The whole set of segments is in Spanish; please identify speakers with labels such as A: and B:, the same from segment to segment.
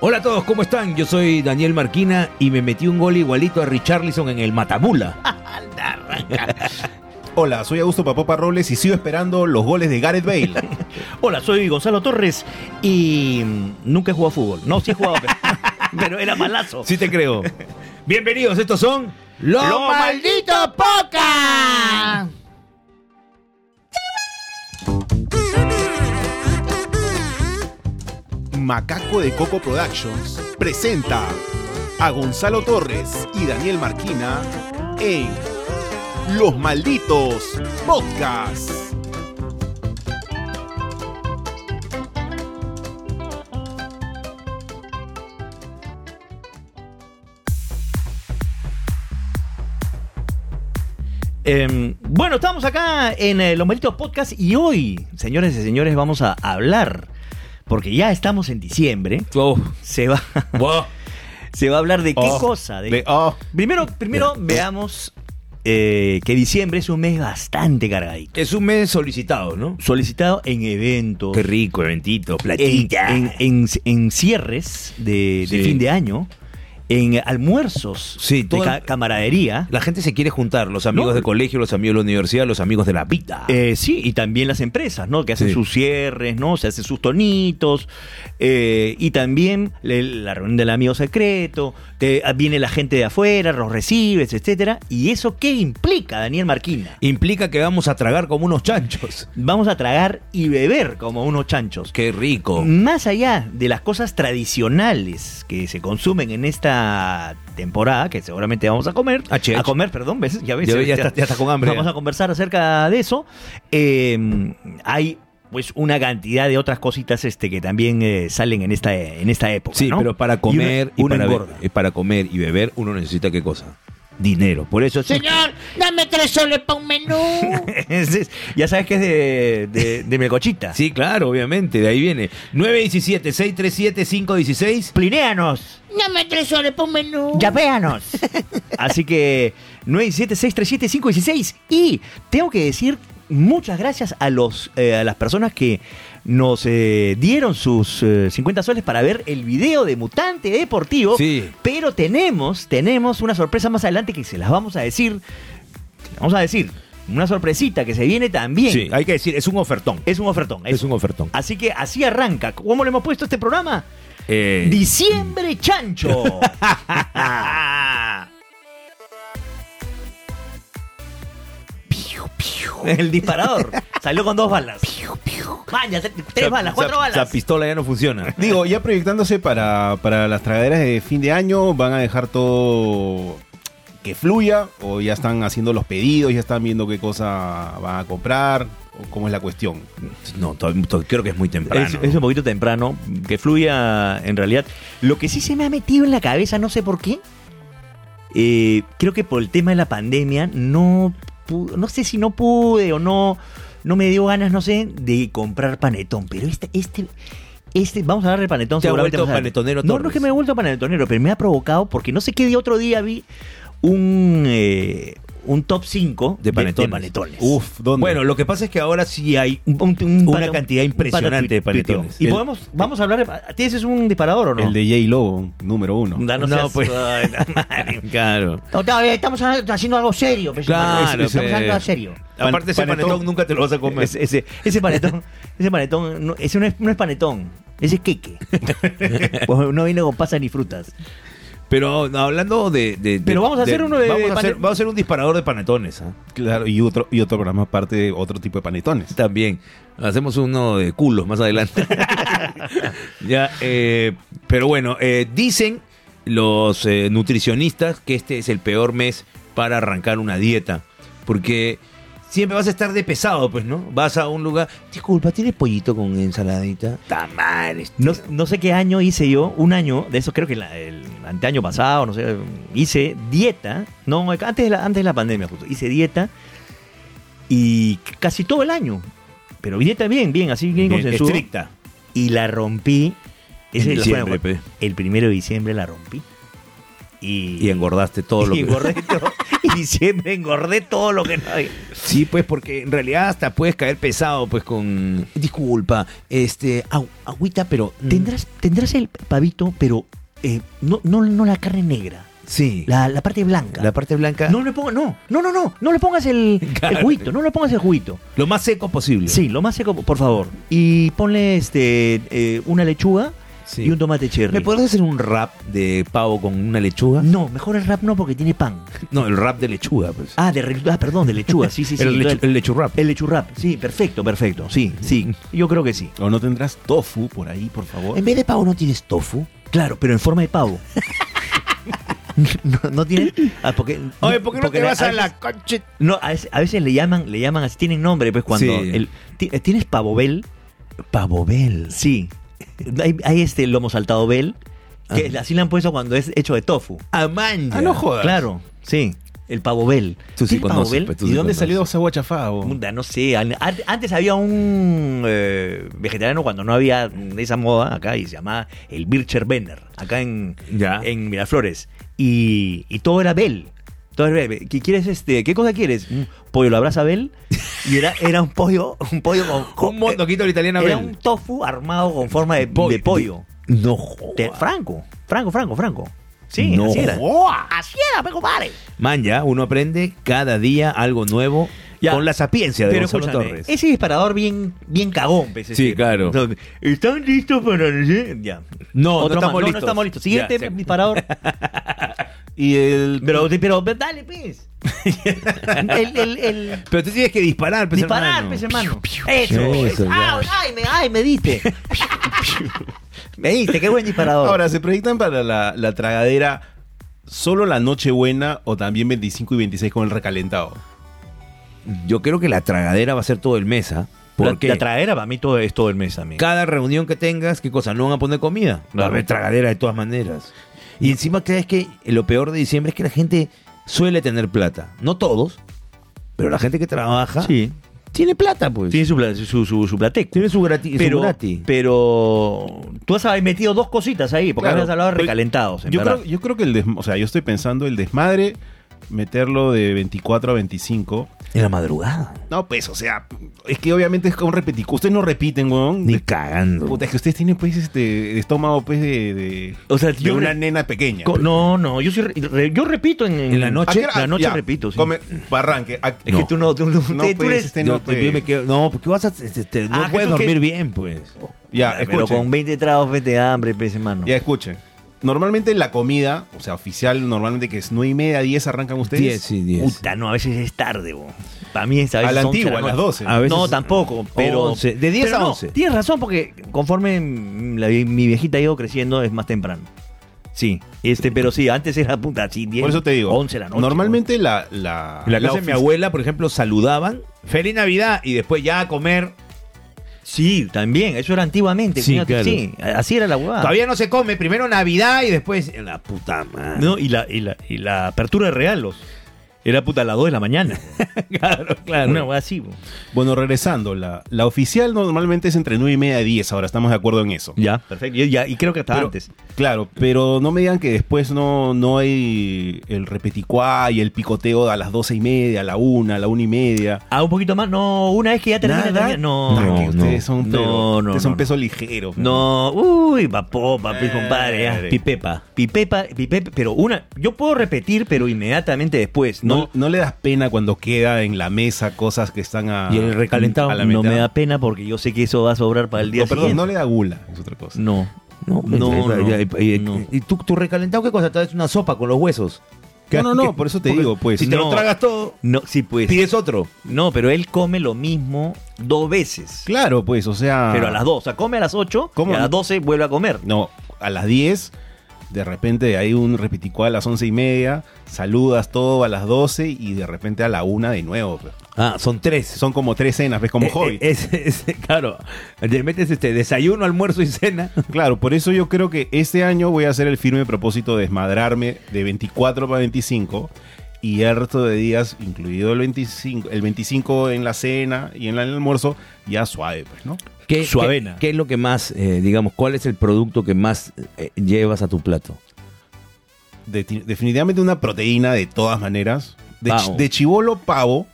A: Hola a todos, ¿cómo están? Yo soy Daniel Marquina y me metí un gol igualito a Richarlison en el Matamula.
B: Hola, soy Augusto Papopa Robles y sigo esperando los goles de Gareth Bale.
C: Hola, soy Gonzalo Torres y mm, nunca he jugado fútbol. No, sí he jugado, pero, pero era malazo.
A: Sí te creo. Bienvenidos, estos son Los
C: Maldito
A: Poca.
B: Macaco de Coco Productions presenta a Gonzalo Torres y Daniel Marquina en Los Malditos Podcasts.
C: Eh, bueno, estamos acá en eh, Los Malditos Podcast y hoy, señores y señores, vamos a hablar, porque ya estamos en diciembre,
A: Oh,
C: se va,
A: wow.
C: se va a hablar de qué
B: Oh,
C: cosa. de-
B: de- oh,
C: Primero, primero veamos eh, que diciembre es un mes bastante cargadito.
A: Es un mes solicitado, ¿no?
C: Solicitado en eventos.
A: Qué rico, eventito,
C: en,
A: platita.
C: en- en- en cierres de, de
A: Sí.
C: fin de año, en almuerzos
A: Sí,
C: de
A: todo-
C: ca- camaradería.
A: La gente se quiere juntar, los amigos
C: No.
A: de colegio, los amigos de la universidad, los amigos de la vida.
C: Eh, sí, y también las empresas, ¿no? Que hacen
A: Sí.
C: sus cierres, ¿no? Se hacen sus tonitos. eh, y también le- la reunión del amigo secreto. te- ah, viene la gente de afuera, los recibes, etcétera. ¿Y eso qué implica, Daniel Marquina?
A: Implica que vamos a tragar como unos chanchos.
C: Vamos a tragar y beber como unos chanchos.
A: Qué rico.
C: Más allá de las cosas tradicionales que se consumen en esta temporada, que seguramente vamos a comer,
A: Ach.
C: a comer, perdón, ¿ves? ya ves,
A: Ah, Ya ves, ya estás- ya estás con hambre,
C: Vamos
A: ya.
C: a conversar acerca de eso. Eh, hay pues una cantidad de otras cositas este que también eh, salen en esta en esta época,
A: Sí,
C: ¿no?
A: pero para
C: uno-
A: comer y,
C: uno
A: para, eh, be-
C: engorda.
A: y para comer y beber uno necesita qué cosa? Dinero. Por eso
D: Señor, dame tres soles para un menú.
C: Entonces, ya sabes que es de, de, de melcochita.
A: Sí, claro, obviamente, de ahí viene. 917 637 516.
C: Plinéanos.
D: Dame tres soles para un menú.
C: véanos. Así que 977-637-516. Y tengo que decir muchas gracias a, los, eh, a las personas que nos eh, dieron sus eh, 50 soles para ver el video de Mutante Deportivo.
A: Sí.
C: Pero tenemos, tenemos una sorpresa más adelante que se las vamos a decir. se las Vamos a decir. Una sorpresita que se viene también.
A: Sí, hay que decir, es un ofertón.
C: Es un ofertón.
A: Es un ofertón.
C: Así que así arranca. ¿Cómo le hemos puesto a este programa?
A: Eh,
C: Diciembre Chancho. El disparador salió con dos balas. Maña, tre- tres
A: esa-
C: balas, cuatro
A: esa-
C: balas.
A: Esa pistola ya no funciona.
B: Digo, ya proyectándose para, para las tragaderas de fin de año, van a dejar todo que fluya o ya están haciendo los pedidos, ya están viendo qué cosa van a comprar o cómo es la cuestión.
A: No, to- to- creo que es muy temprano.
C: Es, es un poquito temprano, que fluya en realidad. Lo que sí se me ha metido en la cabeza, no sé por qué, eh, creo que por el tema de la pandemia, no pu- no sé si no pude o no, no me dio ganas, no sé, de comprar panetón. Pero este, este, este vamos a hablar de panetón.
A: Te has
C: seguramente
A: vuelto
C: más adelante.
A: panetonero,
C: No, no
A: Torres.
C: es que me he vuelto panetonero, pero me ha provocado porque no sé qué día otro día vi un, eh, un top 5
A: De panetones.
C: panetones.
B: Uf, ¿dónde?
A: Bueno, lo que pasa es que ahora sí hay
C: Un- un- un
A: Una
C: pata-
A: cantidad
C: un
A: impresionante
C: pata
A: de panetones.
C: tuiteó. Y
A: El-
C: podemos, vamos a hablar de... ¿Tienes un disparador o no?
B: el de J. Lobo, número uno.
C: Danos
A: No,
C: seas-
A: pues.
C: Ay, la madre.
A: Claro.
D: No, no, eh, estamos hablando- haciendo algo serio. pues,
A: Claro,
D: hermano. estamos
A: pe.
D: hablando algo serio.
B: Pan-
A: Aparte ese panetón,
B: panetón.
A: nunca te lo vas a comer.
C: Ese, ese, ese panetón, ese panetón, no, ese no es, no es panetón, ese es queque. Pues no viene con pasas ni frutas.
A: Pero no, hablando de, de- de-
C: Pero vamos a hacer uno de-
A: Vamos a hacer,
C: pane-
A: vamos a hacer un disparador de panetones. ¿ah?
B: Claro, y otro, y otro programa aparte de otro tipo de panetones.
A: También. Hacemos uno de culos más adelante. ya, eh, pero bueno, eh, dicen los eh, nutricionistas que este es el peor mes para arrancar una dieta. Porque siempre vas a estar de pesado, pues, ¿no? Vas a un lugar. Disculpa, ¿tienes pollito con ensaladita? Está mal. este.
C: No, no sé qué año hice yo, un año, de eso creo que la- el anteaño pasado, no sé, hice dieta, no, antes de la, antes de la pandemia justo, hice dieta y c- casi todo el año, pero dieta bien, bien, así bien,
A: Bien,
C: consensuado.
A: estricta.
C: Y la rompí,
A: En
C: ese es el-
A: diciembre, pe.
C: el primero de diciembre la rompí. y,
A: Y engordaste todo lo
C: y
A: que...
C: engordé todo. y siempre engordé todo lo que no había.
A: Sí, pues porque en realidad hasta puedes caer pesado, pues con... Disculpa, este, au- agüita, pero... mm,
C: Tendrás, tendrás el pavito, pero eh, no, no, no la carne negra,
A: Sí, la,
C: la, la parte blanca.
A: parte blanca...
C: no le pongas, no, no, no, no, no le pongas el, el
A: Claro.
C: juguito, no le pongas el juguito.
A: Lo más seco posible.
C: Sí, lo más seco, por favor. Y ponle este eh, una lechuga
A: Sí.
C: y un tomate cherry.
A: ¿Me podrías hacer un wrap de pavo con una lechuga?
C: No, mejor el rap no porque tiene pan.
A: No, el wrap de lechuga, pues.
C: Ah, de re- ah, perdón, de lechuga, sí, sí, sí.
A: el, lechu- el lechurrap.
C: el lechurrap, sí, perfecto, perfecto, sí, sí, yo creo que sí.
B: O no tendrás tofu por ahí, por favor.
D: En vez de pavo no tienes tofu.
C: Claro, pero en forma de pavo. No, no tiene. ah, porque, porque veces-
A: concha?
C: No, a veces, a veces le llaman, le llaman así, tienen nombre, pues cuando.
A: Sí.
C: el- ti- ¿Tienes pavobel?
A: Pavobel.
C: Sí. Hay, hay este lomo saltado bel, que así le han puesto cuando es hecho de tofu.
A: Amanda.
B: jodas.
C: Claro, sí. El pavobel.
A: Ah, Tú sí
C: ¿Tienes pavo
A: conoces,
C: bel?
A: pues, tú
B: ¿Y
A: sí
B: dónde
A: conoces.
B: salió esa guachafada? bo?
C: Puta, no sé. an- an- Antes había un eh, vegetariano cuando no había esa moda acá y se llamaba el Bircher Benner, acá en,
A: Ya.
C: en Miraflores. Y, y todo era Bell. Todo era Bell. ¿Qué quieres este? ¿Qué cosa quieres? ¿Un pollo a la brasa Bell? Y era, era un pollo, un pollo con, con-
A: Un mondoquito de la italiana
C: Eh, era
A: Bel.
C: un tofu armado con forma de de pollo.
A: Pollo. No jodas.
C: Te- franco, franco, franco, franco. Sí,
A: No
C: así era.
A: jodas.
C: Así era, pues, compadre.
A: Man, ya, uno aprende cada día algo nuevo
C: Ya.
A: con la sapiencia de
C: Pero
A: Gonzalo
C: escúchame,
A: Torres.
C: ese disparador bien, bien cagón, pues,
A: Sí,
C: este.
A: claro.
C: Entonces, ¿Están listos para...? el- Ya.
A: No, no
C: Otro más.
A: estamos listos.
C: estamos listos. Siguiente
A: Ya, se-
C: disparador.
B: Y el.
C: Pero, pero dale, pues. El, el, el...
A: Pero tú tienes que disparar, pues,
C: Disparar,
A: hermano.
C: pues, hermano. Eso.
A: Eso,
C: eso.
A: ya.
C: Ay, ay, me, ay, me diste. me diste, qué buen disparador.
B: Ahora, ¿se proyectan para la, la tragadera solo la Nochebuena o también 25 y 26 con el recalentado?
A: Yo creo que la tragadera va a ser todo el mes, ¿ah?
C: la,
A: Porque
C: la traera para mí todo, es todo el mes a mí.
A: cada reunión que tengas, ¿qué cosa? No van a poner comida. Va a haber tragadera de todas maneras. Y encima, ¿crees que lo peor de diciembre es que la gente suele tener plata? No todos, pero la gente que trabaja
C: Sí.
A: tiene plata, pues.
C: Tiene su, pla- su, su, su plateco.
A: Tiene su gratis.
C: pero,
A: su gratis.
C: pero tú has metido dos cositas ahí, porque
B: Claro.
C: habías hablado de
B: Pero
C: recalentados. en
B: Yo
C: verdad.
B: creo, yo creo que el desma- o sea, yo estoy pensando el desmadre, meterlo de 24 a 25.
A: en la madrugada.
B: No, pues, o sea, es que obviamente es como repetir. Ustedes no repiten, weón.
A: Ni
B: De-
A: cagando.
B: puta, es que ustedes tienen pues este estómago pues de, de,
C: O sea,
B: de
C: yo
B: una
C: re-
B: nena pequeña.
C: Co- No, no, yo, sí re- re- yo repito en,
A: En la noche,
B: ¿A qué hora?
C: la noche
B: Ya,
C: repito, sí.
B: Come, barranque. a-
C: Es que tú no, tú, no- tú-
B: No,
C: tú
B: pues,
C: eres-
B: este,
A: Yo-
B: no, pues.
A: yo me quedo- no, porque vas a. este, este, no
C: Ah,
A: puedes
C: Jesús, ¿qué?
A: dormir bien, pues.
B: Ya,
C: pero
B: escuchen.
C: con 20 tragos, 20 hambre, pues, hermano.
B: Ya escuchen. Normalmente la comida, o sea, oficial, normalmente que es 9 y media, 10 arrancan ustedes.
A: 10, sí, 10.
C: Puta, no, a veces es tarde, Para mí es a veces
B: A la
C: 11 de
B: antigua, a las
C: noche.
B: 12.
A: A veces-
C: no, tampoco, pero...
A: 11, de 10
C: pero
A: a
C: no,
A: 11.
C: tienes razón, porque conforme la vie- mi viejita ha ido creciendo, es más temprano. Sí, este, pero sí, antes era puta, sí, 10,
B: Por eso te digo.
C: 11 de la noche.
B: Normalmente la. la,
A: En la casa de mi
B: ofici-
A: abuela, por ejemplo, saludaban. ¡Feliz Navidad! Y después ya a comer.
C: Sí, también, eso era antiguamente.
A: Sí,
C: cuñado,
A: claro.
C: sí, así era la huevada.
A: Todavía no se come. Primero Navidad y después. La puta madre.
C: No, y la, y la, y la apertura de regalos. Era puta a las 2 de la mañana.
A: claro, claro.
C: Una hueá así. bo.
B: Bueno, regresando, la, la oficial normalmente es entre 9 y media y 10. Ahora estamos de acuerdo en eso.
C: Ya, perfecto. Y, ya- y creo que hasta
B: Pero-
C: antes.
B: Claro, pero no me digan que después no, no hay el repeticuá y el picoteo a las 12 y media, a la 1, a la 1 y media.
C: Ah, un poquito más. No, una vez que ya termina, termina. No,
B: Nah,
A: No,
B: que ustedes
A: no.
B: son,
C: No,
B: pero-
C: no,
B: ustedes son
C: no,
B: peso ligero.
C: no. Uy, papó, papi,
B: Eh,
C: compadre. ya.
B: madre.
C: Pipepa. Pipepa, pipepa. Pero una. Yo puedo repetir, pero inmediatamente después.
B: No,
C: No,
B: no le das pena cuando queda en la mesa cosas que están a.
A: Y el recalentado
B: Ah, a la
C: no
B: mitad.
C: me da pena porque yo sé que eso va a sobrar para el día
B: No, perdón,
C: siguiente.
B: no le da gula, es otra cosa.
C: no.
A: No,
C: No,
A: mentira,
C: no,
A: ya, eh, y, y-
C: no.
A: y tú, tú recalentado, ¿qué cosa? Te das una sopa con los huesos.
B: No, no, no, por eso te
A: Porque
B: digo, pues.
A: Si te
C: No.
A: lo tragas todo,
C: No, sí, pues.
A: pides otro.
C: No, pero él come lo mismo dos veces.
B: Claro, pues, o sea.
A: Ah.
C: Pero a las 2, o sea, come a las 8
B: ¿Cómo
C: y a
B: no?
C: las 12 vuelve a comer.
B: No, a las 10, de repente hay un repeticuá a las 11 y media, saludas todo a las 12 y de repente a la 1 de nuevo. pues.
A: Ah, son tres.
B: Son como tres cenas, ¿ves? Como
A: Eh,
B: hobbit.
A: eh, es- es- claro, te metes este desayuno, almuerzo y cena.
B: Claro, por eso yo creo que este año voy a hacer el firme propósito de desmadrarme de 24 para 25 y el resto de días, incluido el 25, el 25 en la cena y en el almuerzo, ya suave, pues, ¿no?
A: ¿Qué,
C: Su
A: qué-
C: avena.
A: Qué, es lo que más, eh, digamos, cuál es el producto que más eh, llevas a tu plato?
B: de- definitivamente una proteína de todas maneras. De,
C: Pavo.
B: chi- de chivolo pavo,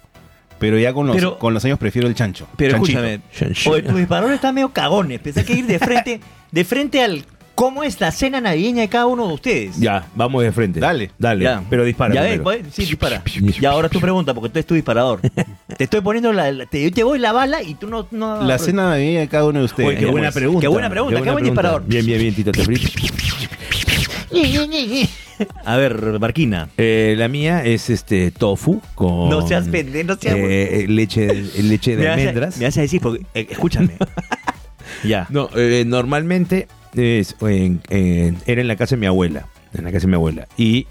B: pero ya con los,
C: Pero-
B: con los años prefiero el chancho.
C: Pero
B: chanchito.
C: escúchame,
A: Chanchito.
C: oye, tus disparadores están medio cagones. Pensé que ir de frente, de frente al cómo es la cena navideña de cada uno de ustedes.
A: Ya, vamos de frente.
B: Dale.
A: Dale.
C: Ya.
A: Pero dispara.
C: Ya ves,
A: primero.
C: pues, sí, dispara. Y ahora tu pregunta, porque tú eres tu disparador. te estoy poniendo la, la- te, yo te voy la bala y tú no. no
B: La cena navideña de cada uno de ustedes.
A: Oye,
B: Pues,
A: qué
C: ¿cómo
A: buena
C: es?
A: pregunta.
C: Qué buena pregunta, qué buen disparador.
A: Bien, bien, bien, Tito. te abrí.
C: A ver, Barquina.
A: Eh, la mía es este tofu con
C: No seas pende- no seas-
A: eh, leche de, leche de
C: me vas a-
A: almendras.
C: me vas a decir, porque, eh, escúchame. ya.
A: No, eh, normalmente es en- en- era en la casa de mi abuela. En la casa de mi abuela. Y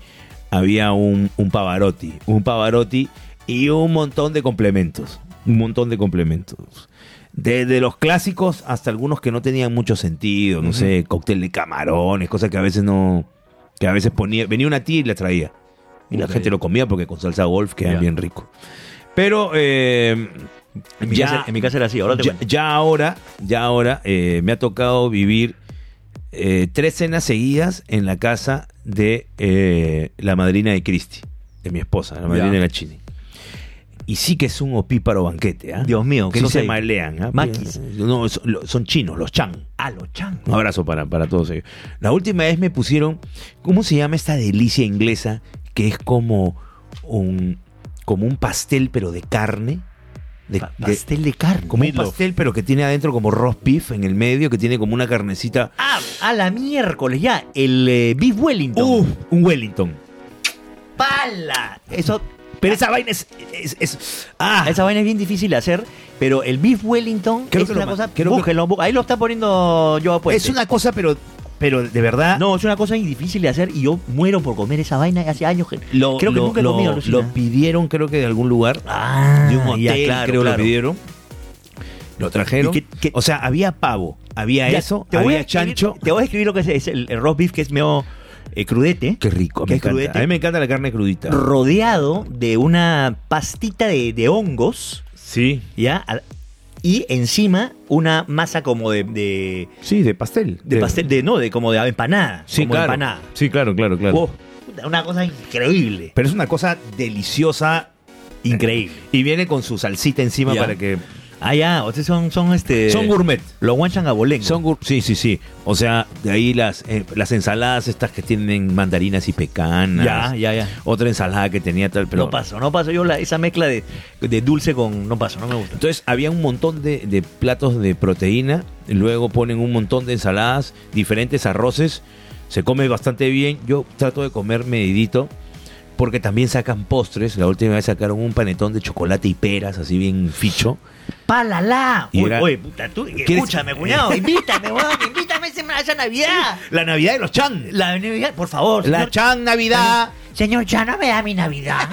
A: había un, un Pavarotti. Un Pavarotti y un montón de complementos. Un montón de complementos. Desde los clásicos hasta algunos que no tenían mucho sentido. No sé, cóctel de camarones, cosas que a veces no. Que a veces ponía. Venía una tía y la traía. Y la
C: Ok.
A: gente lo comía porque con salsa golf queda
C: Ya.
A: bien rico. Pero. eh,
C: En mi, casa, en mi casa era así, ahora te
A: ya,
C: cuento.
A: ya ahora, ya ahora eh, me ha tocado vivir eh, tres cenas seguidas en la casa de eh, la madrina de Cristi, de mi esposa, la madrina
B: Ya.
A: de la Chini. Y sí que es un opíparo banquete, ¿ah?
C: Dios mío, qué
A: sí
C: cosa
A: se
C: hay.
A: malean, ¿ah?
C: Maquis.
A: No, son, lo- son chinos, los chan.
C: A los changos.
A: Un abrazo para, para todos ellos. La última vez me pusieron, ¿cómo se llama esta delicia inglesa que es como un, como un pastel pero de carne? De,
C: Pa-
A: de-
C: pastel de carne.
A: como un
B: Meatloaf.
A: pastel, pero que tiene adentro como roast beef en el medio, que tiene como una carnecita.
C: Ah, a la miércoles ya. El eh, beef Wellington.
A: ¡Uf! Un Wellington.
C: ¡Pala! Eso,
A: Pero esa vaina es. es- Ah. es- ¡Ah!
C: esa vaina es bien difícil de hacer, pero el beef Wellington
A: Creo
C: es
A: que lo
C: una
A: ma-
C: cosa.
A: creo que-
C: búsquenlo, bú- ahí lo está poniendo yo a
A: es una cosa, pero, pero de verdad.
C: No, es una cosa difícil de hacer y yo muero por comer esa vaina hace años que.
A: Lo,
C: creo que
A: lo-
C: nunca he
A: lo-
C: comido, Lucina.
A: lo pidieron, creo que de algún lugar.
C: Ah,
A: de un hotel,
C: ya, claro,
A: creo
C: claro.
A: lo pidieron. Lo trajeron.
C: ¿Y qué- qué-
A: O sea, había pavo, había
C: Ya,
A: eso,
C: te voy
A: había
C: a escribir-
A: chancho.
C: Te voy a escribir lo que es, es el, el roast beef que es medio eh, crudete.
A: Qué rico,
C: Qué
A: me encanta.
C: crudete.
A: A mí me encanta la carne crudita.
C: Rodeado de una pastita de, de hongos,
A: Sí.
C: ¿ya? Al- Y encima una masa como de- de
A: Sí, de pastel.
C: De pastel, de, no, de como de empanada.
A: Sí,
C: como
A: claro.
C: empanada.
A: Sí, claro, claro, claro.
C: Oh, puta, una cosa increíble.
A: Pero es una cosa deliciosa
C: Increíble.
A: Y viene con su salsita encima
C: Ya.
A: para que.
C: Ah, ya, ustedes son, son este.
A: Son gourmet.
C: Los guanchangabolengo.
A: Eh, Son gour- Sí, sí, sí. O sea, de ahí las, eh, las ensaladas estas que tienen mandarinas y pecanas.
C: Ya, ya, ya.
A: Otra ensalada que tenía tal, pero.
C: no paso, no paso. Yo la- esa mezcla de, de dulce con. No paso, no me gusta.
A: Entonces había un montón de, de platos de proteína, luego ponen un montón de ensaladas, diferentes arroces, se come bastante bien. Yo trato de comer medidito, porque también sacan postres. La última vez sacaron un panetón de chocolate y peras, así bien ficho.
D: ¡Palala!
A: Y
C: Uy,
A: era-
C: oye, puta, tú.
A: ¿Quieres-
C: Escúchame, cuñado. invítame, weón. Invítame a esa Navidad.
A: La Navidad de los Chan.
C: La Navidad, por favor.
A: La
C: señor.
A: Chan Navidad.
D: Señor, ya no me da mi Navidad.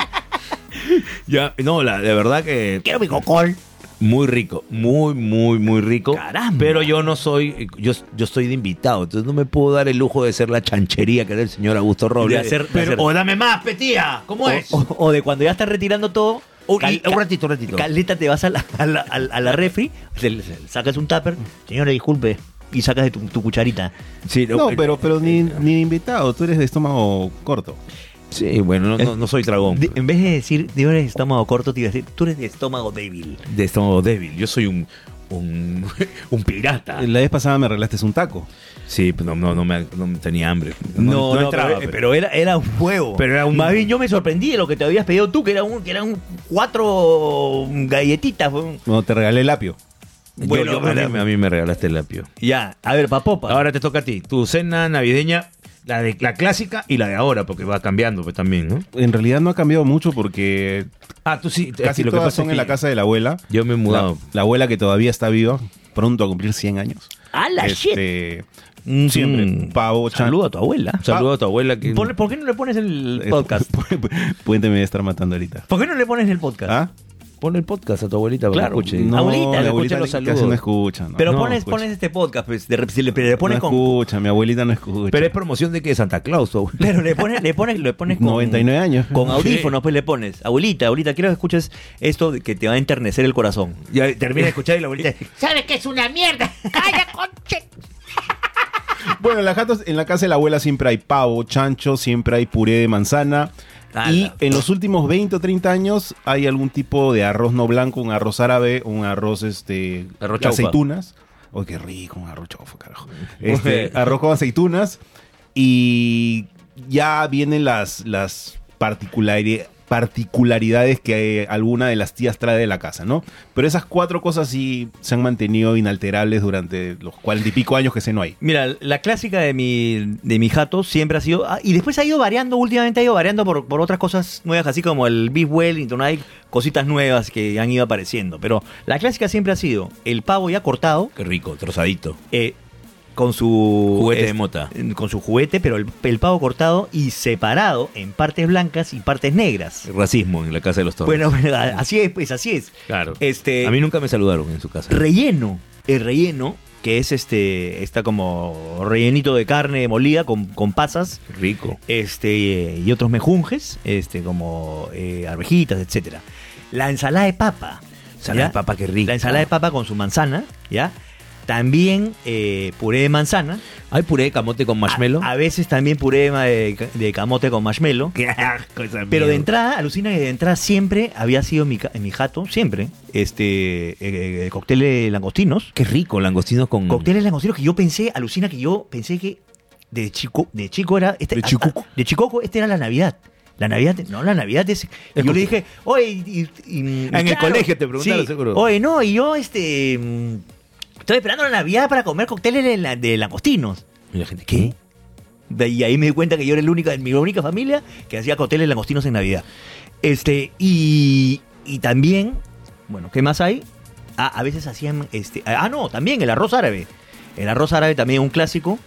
A: Ya, no, la, de verdad que
D: Quiero mi cocol.
A: muy rico, muy, muy, muy rico.
C: Caramba.
A: Pero yo no soy, yo, yo estoy de invitado, entonces no me puedo dar el lujo de ser la chanchería que era el señor Augusto Robles.
C: De hacer- de
A: Pero-
C: hacer-
A: O dame más, petía, ¿cómo
C: O,
A: es?
C: o- o de cuando ya estás retirando todo.
A: Oh,
C: cal-
A: y- un ratito, un ratito.
C: Caleta, te vas a la, a la, a la- a la refri, le- le- sacas un tupper, señora, disculpe, y sacas de tu, tu cucharita.
A: Sí, eh,
B: No, pero, pero ni, ni invitado, tú eres de estómago corto.
A: Sí, bueno, no, no- no soy dragón.
C: De-
A: De,
C: en vez de decir, tú eres de estómago corto, te iba a decir, tú eres de estómago débil.
A: estómago débil, yo soy un, un, un pirata.
B: La vez pasada me arreglaste un taco.
A: Sí, pues no, no, no, me, no eh, tenía hambre. entraba,
C: pero, eh, pero era, era un juego.
A: Pero era un-
C: Más bien, yo me sorprendí de lo que te habías pedido tú, que eran un, que eran un- cuatro galletitas. fue un-
B: Cuando te regalé el apio.
A: Yo-
C: bueno,
A: yo- a, mí,
C: pero-
A: a mí me regalaste el lapio.
C: Ya, a ver, papopa.
A: Ahora te toca a ti. Tu cena navideña, la de la clásica y la de ahora, porque va cambiando pues, también, ¿no?
B: En realidad no ha cambiado mucho porque eh,
A: Ah, tú sí.
B: casi
A: sí, lo que
B: todas
A: pasa
B: son
A: es
B: en
A: que
B: la casa de la abuela.
A: Yo me he
B: La,
A: mudado.
B: la abuela que todavía está viva, pronto a cumplir 100 años.
C: a la shit.
B: Este, Siempre, pavo, chan.
C: Saludo a tu abuela.
A: mm, Saludo a tu abuela que
C: Ponle- ¿Por qué no le pones el
B: Eh,
C: podcast?
B: Puente me debe estar matando ahorita.
C: ¿Por qué no le pones el podcast?
B: ¿Ah?
A: pone el podcast a tu abuelita para
C: Claro,
A: que escuche.
C: no. Abuelita,
B: la
A: le escuchan
B: abuelita
A: los
B: casi
A: saludos.
B: no escucha. no,
C: Pero
B: no
C: pones,
B: escucha.
C: pones este podcast, pues, de, si le, le pones
B: no
C: con...
B: escucha, mi abuelita no escucha.
A: Pero es promoción de que de Santa Claus, tu abuela.
C: Pero le pones, le pones, le pones con...
B: 99 años.
C: Con audífonos, pues le pones. Abuelita, abuelita, quiero que escuches esto de que te va a enternecer el corazón.
A: Ya termina de escuchar y la abuelita.
D: ¿Sabes que es una mierda? ¡Calla, conche!
B: Bueno, en la, casa, en la casa de la abuela siempre hay pavo, chancho, siempre hay puré de manzana.
A: Ala.
B: Y en los últimos 20 o 30 años hay algún tipo de arroz no blanco, un arroz árabe, un arroz este,
A: Arroz
B: de
A: chaufa.
B: aceitunas. ¡Ay, qué rico! Un arroz chaufa, carajo. Este, arroz con aceitunas. Y ya vienen las, las particulari- particularidades que eh, alguna de las tías trae de la casa, ¿no? Pero esas cuatro cosas sí se han mantenido inalterables durante los cuarenta y pico años que se no hay.
C: Mira, la clásica de mi, de mi jato siempre ha sido. ah, y después ha ido variando, últimamente ha ido variando por, por otras cosas nuevas, así como el Beef Wellington, hay cositas nuevas que han ido apareciendo. Pero la clásica siempre ha sido el pavo ya cortado,
A: Qué rico, trozadito.
C: eh, con su.
A: Juguete de
C: es-
A: mota.
C: Con su juguete, pero el, el pavo cortado y separado en partes blancas y partes negras.
A: Racismo en la casa de los torres.
C: Bueno, bueno, así es, pues, así es.
A: claro.
C: Este,
A: a mí nunca me saludaron en su casa.
C: relleno. El relleno, que es este, está como rellenito de carne molida con, con pasas
A: Rico.
C: este, eh, y otros mejunjes, este, como eh, arvejitas, etcétera. La ensalada de papa.
A: Ensalada
C: ¿ya?
A: de papa, qué rico.
C: La ensalada de papa con su manzana, ¿ya? También eh, puré de manzana.
A: ¿Hay puré de camote con marshmallow?
C: A, a veces también puré de, ma- de ca- de camote con marshmallow.
A: ah, qué asco esa
C: Pero de
A: mierda.
C: entrada, alucina que de entrada siempre había sido mi, ca- mi jato, siempre, este, eh, eh, cóctel de langostinos.
A: Qué rico, langostinos con...
C: Cócteles langostinos que yo pensé, alucina que yo pensé que de chico, de chico era. Este,
B: De
C: hasta-
B: chicuco.
C: de chicoco, este era la Navidad. La Navidad, no, la Navidad es. y yo le dije, oye, y- y- y-
A: En el colegio te preguntaron, seguro.
C: Oye, no, y yo, este. mm, Estoy esperando la Navidad para comer cócteles de, la- de langostinos.
A: Y la gente,
C: ¿Qué? De ahí- ahí me di cuenta que yo era el única, mi única familia que hacía cócteles langostinos en Navidad. Este, y, y también, bueno, ¿qué más hay? Ah, a veces hacían, este, ah, no, también el arroz árabe. El arroz árabe también es un clásico.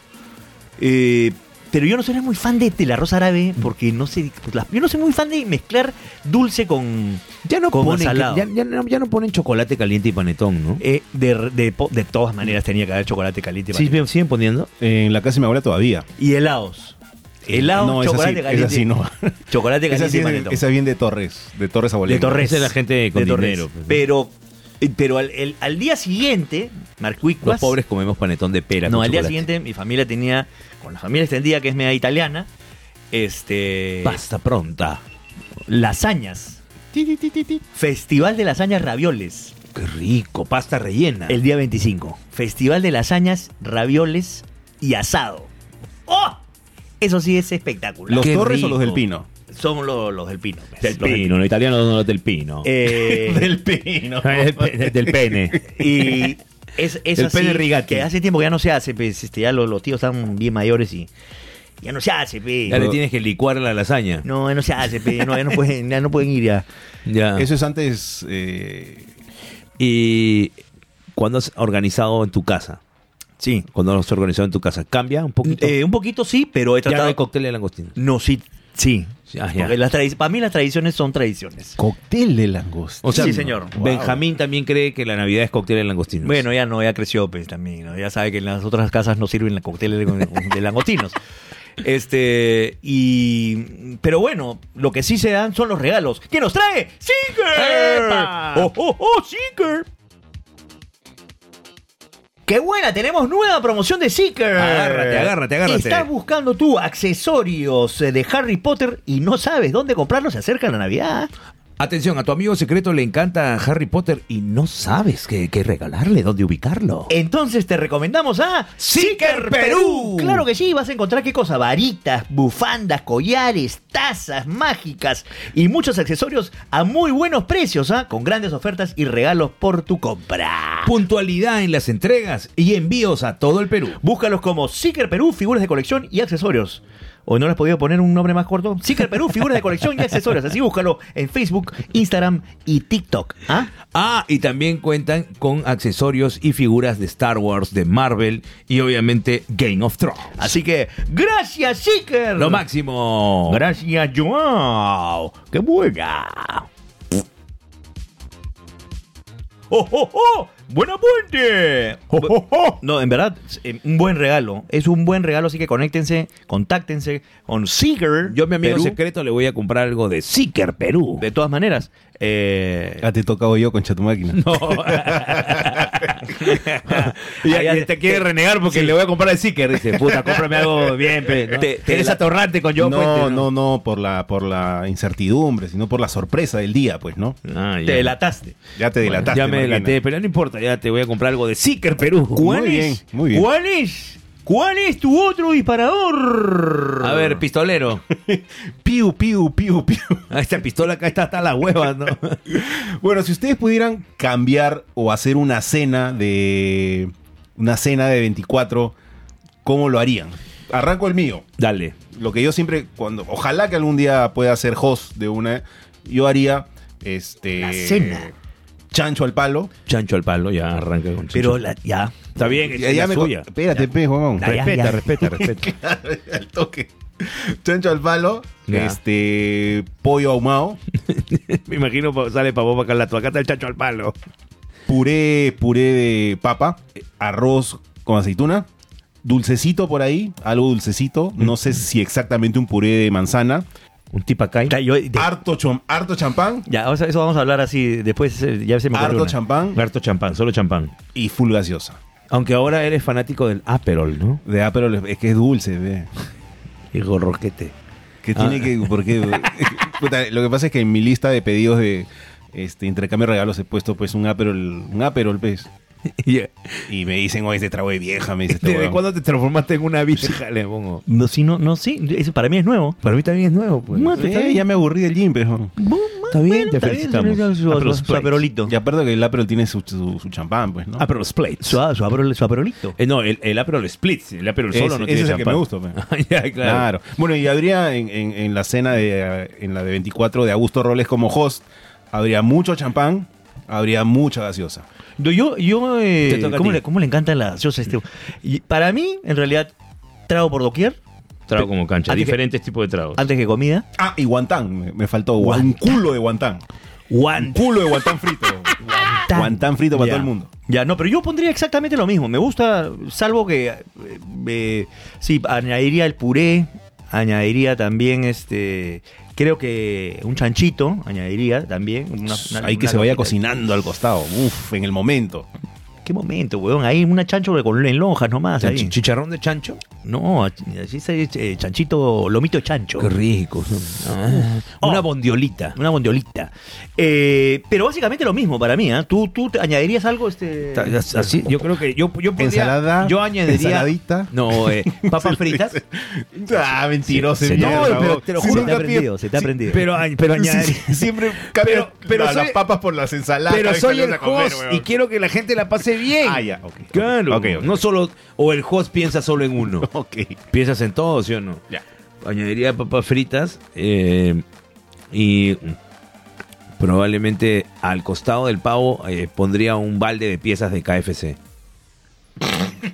C: Eh, pero yo no soy muy fan de, del arroz árabe porque no sé, pues, las- yo no soy muy fan de mezclar dulce con,
A: Ya no,
C: Como
A: ponen,
C: salado.
A: ya, ya no, ya no ponen chocolate caliente y panetón, ¿no?
C: eh, de, de, po- de todas maneras tenía que haber chocolate caliente.
A: ¿Sí, siguen- ¿Siguen poniendo?
B: En la casa de mi abuela todavía.
C: Y helados. Helados,
B: no, esa
C: chocolate
B: sí,
C: caliente.
B: Esa sí no.
C: Chocolate
B: Esa,
C: caliente
B: sí
C: y
B: es,
C: panetón.
B: esa es bien de Torres, de Torres
C: de
B: Abuelita.
C: Torres.
A: Esa es la gente con
C: de Torres.
A: dinero, pues, ¿no?
C: Pero, eh, pero al, el- al día siguiente, Marcuicuas.
A: Los pobres comemos panetón de pera
C: No,
A: con
C: al día
A: chocolate.
C: siguiente mi familia tenía, con la familia extendida que es media italiana, este,
A: Pasta pronta.
C: lasañas. Festival de lasañas ravioles.
A: Qué rico, pasta rellena.
C: El día 25. Festival de lasañas, ravioles y asado. ¡Oh! Eso sí es espectacular.
B: ¿Los
A: Qué
B: Torres o los del
A: rico.
B: Pino?
C: Son los, los del pino. pues,
A: Del
C: los del
A: pino, los italianos no los del pino.
C: Eh,
B: Pino.
A: Del pe- del pene.
C: Y es, es
A: El
C: así
A: pene Rigatti.
C: que hace tiempo que ya no se hace, pues, este, ya los, los tíos están bien mayores y ya no se hace, pe.
A: Ya le tienes que licuar la lasaña.
C: No, ya no se hace, pe, no, ya, no pueden, ya no pueden ir ya.
A: Ya.
B: Eso es antes. eh,
A: Y cuando has organizado en tu casa,
C: Sí.
A: cuando has organizado en tu casa, cambia Eh, un poquito.
C: Eh, un poquito sí, pero he
A: ya no
C: tratado...
A: hay cóctel de langostino.
C: no, sí, sí.
A: Ah, ya.
C: Porque las tradi- para mí las tradiciones son tradiciones.
B: cóctel de langosta.
A: O sea,
C: Sí, señor.
A: Benjamín también cree que la Navidad es cóctel de langostinos.
C: Bueno, ya no, ya creció, pues, también. ¿no? Ya sabe que en las otras casas no sirven los cócteles de, de langostinos. Este, y. Pero bueno, lo que sí se dan son los regalos. que nos trae? ¡Seeker!
A: ¡Epa!
C: ¡Oh, oh, oh, Seeker! ¡Qué buena! Tenemos nueva promoción de Seeker.
A: Agárrate, agárrate, agárrate.
C: Estás buscando tú accesorios eh, de Harry Potter y no sabes dónde comprarlos. Se acerca la Navidad.
A: Atención, a tu amigo secreto le encanta Harry Potter y no sabes qué, qué regalarle, dónde ubicarlo.
C: Eh, Entonces te recomendamos a
A: Seeker Perú.
C: Claro que sí, vas a encontrar qué cosa, varitas, bufandas, collares, tazas mágicas y muchos accesorios a muy buenos precios, ¿ah? con grandes ofertas y regalos por tu compra.
A: Puntualidad en las entregas y envíos a todo el Perú.
C: Búscalos como Seeker Perú, figuras de colección y accesorios. ¿O no les has podido poner un nombre más corto? Seeker Perú, figuras de colección y accesorios. Así búscalo en Facebook, Instagram y TikTok. ¿ah?
A: Ah, y también cuentan con accesorios y figuras de Star Wars, de Marvel y obviamente Game of Thrones.
C: Así que, gracias Seeker.
A: Lo máximo.
C: Oh. Gracias, Joao. ¡Qué buena! ¡Oh, oh, oh! ¡Buena puente! ¡Oh, oh, oh! No, en verdad, es, eh, un buen regalo. Es un buen regalo, así que conéctense, contáctense con Seeker.
A: Yo, mi amigo
C: Perú.
A: secreto, le voy a comprar algo de Seeker Perú.
C: De todas maneras, eh,
B: Ah, te he tocado yo, concha tu máquina.
A: No. Y
C: Allá
A: y te quiere renegar porque le voy a comprar el sticker. Dice, puta, cómprame algo bien. pe, ¿no?
C: Te- te
A: Eres
C: la-
A: atorrante con yo.
B: No, no, no, por la, por la incertidumbre, sino por la sorpresa del día, pues, ¿no?
C: Te delataste.
B: Ya te dilataste.
A: Ah, ya me
B: Marquina.
A: delaté, pero no importa, ya te voy a comprar algo de Seeker Perú.
C: ¿Cuál
B: Muy
C: es?
B: bien, muy bien.
C: ¿Cuál es? ¿Cuál es tu otro disparador?
A: A ver, pistolero.
B: Piu, piu, piu, piu.
A: Ah, Esta pistola acá está hasta la hueva, ¿no?
B: Bueno, si ustedes pudieran cambiar o hacer una cena de. Una cena de 24, ¿cómo lo harían? Arranco el mío.
A: Dale.
B: Lo que yo siempre, cuando. Ojalá que algún día pueda ser host de una. Yo haría. Este.
C: La cena.
B: Chancho al palo.
A: Chancho al palo, ya arranca con chancho.
C: Pero la- ya.
A: Está bien, es
B: Ya- ya
A: la
B: me co-
A: suya.
B: Espérate, pe, huevón.
C: Ya, ya,
A: Respeta,
C: ya.
A: respeta, respeta.
B: al toque. Chancho al palo.
A: Ya.
B: Este. Pollo ahumado.
A: Me imagino pa- sale pa' vos para acá la tuaca, está el chancho al palo.
B: puré, puré de papa, arroz con aceituna, dulcecito por ahí, algo dulcecito, no sé si exactamente un puré de manzana,
A: Un tipacay.
C: Ya, yo-
A: Ah.
C: de-
B: harto, chom- harto champán
C: ya, o sea, eso vamos a hablar así. Después eh, ya se me ocurrió
B: Harto
C: una.
B: champán.
A: Harto champán, solo champán.
B: y full gaseosa.
A: Aunque ahora eres fanático del Aperol, ¿no?
B: De ah, pero es que es dulce, ve.
A: Y gorroquete.
B: Que tiene
A: Ah.
B: que, porque puta, lo que pasa es que en mi lista de pedidos de este intercambio de regalos he puesto pues un aperol, un aperol pues. Y me dicen, "Oye, este trago de vieja", me dice este
A: ¿Desde
B: huevón.
A: cuándo te transformaste en una vieja? Le pongo.
C: No, sí, no, no, sí. Eso para mí es nuevo.
A: Para mí también es nuevo, pues.
C: Mate, está
B: Eh,
C: bien.
B: ya me aburrí del gym, pero.
A: Está bien, te felicitamos.
C: Su,
A: Aperol
C: su- su
A: Spritz.
C: aperolito.
B: Y aparte que el aperol tiene su, su- su champán, pues, ¿no?
A: Aperol Ah, Splits.
C: Su, su aperol- su aperolito.
A: Eh, no, el, el Aperol Splits. El Aperol solo
B: Ese-
A: no
B: ese
A: tiene
B: es el que
A: champán.
B: me gusta, pues.
A: Ah, ya, claro.
B: Claro. Bueno, y habría en, en- en la cena de eh, en la de 24 de Augusto Roles como host, habría mucho champán, habría mucha gaseosa.
C: No, Yo, yo, eh,
A: Te toca a
C: ¿cómo,
A: ti.
C: le, ¿cómo le encantan las gaseosas a este? Y para mí, en realidad, trago por doquier,
A: Trago como cancha.
C: Antes que-
A: Diferentes tipos de tragos.
C: antes que comida.
B: Ah, y guantán, me, me faltó gua- un culo de guantán. Un
C: Guan.
B: culo de guantán frito.
C: Tan.
B: guantán frito para
C: Ya.
B: todo el mundo.
C: Ya, no, pero yo pondría exactamente lo mismo. Me gusta, salvo que. eh, eh, sí, añadiría el puré, añadiría también este. Creo que un chanchito, añadiría también. una- una-
B: Ahí que
C: una
B: se vaya
C: lonjita.
B: cocinando al costado. Uf, en el momento.
C: ¿Qué momento, weón? Ahí una chancho con en lonjas nomás. ahí.
A: Chanch- ¿Chicharrón de chancho?
C: No, así se eh, chanchito, lomito de chancho.
A: Qué rico. Ah.
C: Una
A: Una bondiolita.
C: Una bondiolita. Eh, pero básicamente lo mismo para mí, ¿ah? ¿Tú, tú te añadirías algo? este
A: Así, yo creo que yo, yo podría-
B: Ensalada,
A: Yo añadiría.
B: ensaladita.
A: No, eh, papas fritas.
B: Ah, mentiroso.
C: Se- se-
B: mierda,
C: no, pero
B: huevón.
C: te lo
B: Sí,
C: juro,
B: nunca
C: te ha aprendido,
B: pi-
C: se te ha
B: sí,
C: aprendido.
A: Pero, añ- pero añadir.
B: sí, sí, siempre cambian
A: Pero- pero
B: la- las
A: soy-
B: papas por las ensaladas.
A: Pero
B: cada vez
A: soy
B: que
A: el
B: vas a comer,
A: host
B: huevón.
A: y quiero que la gente la pase bien.
B: Ah, ya, ok.
A: Claro.
B: Ok, ok.
A: No solo. O el host piensa solo en uno.
B: Ok.
A: Piensas en todo, ¿sí o no?
B: Ya.
A: Añadiría papas fritas eh, y probablemente al costado del pavo eh, pondría un balde de piezas de KFC.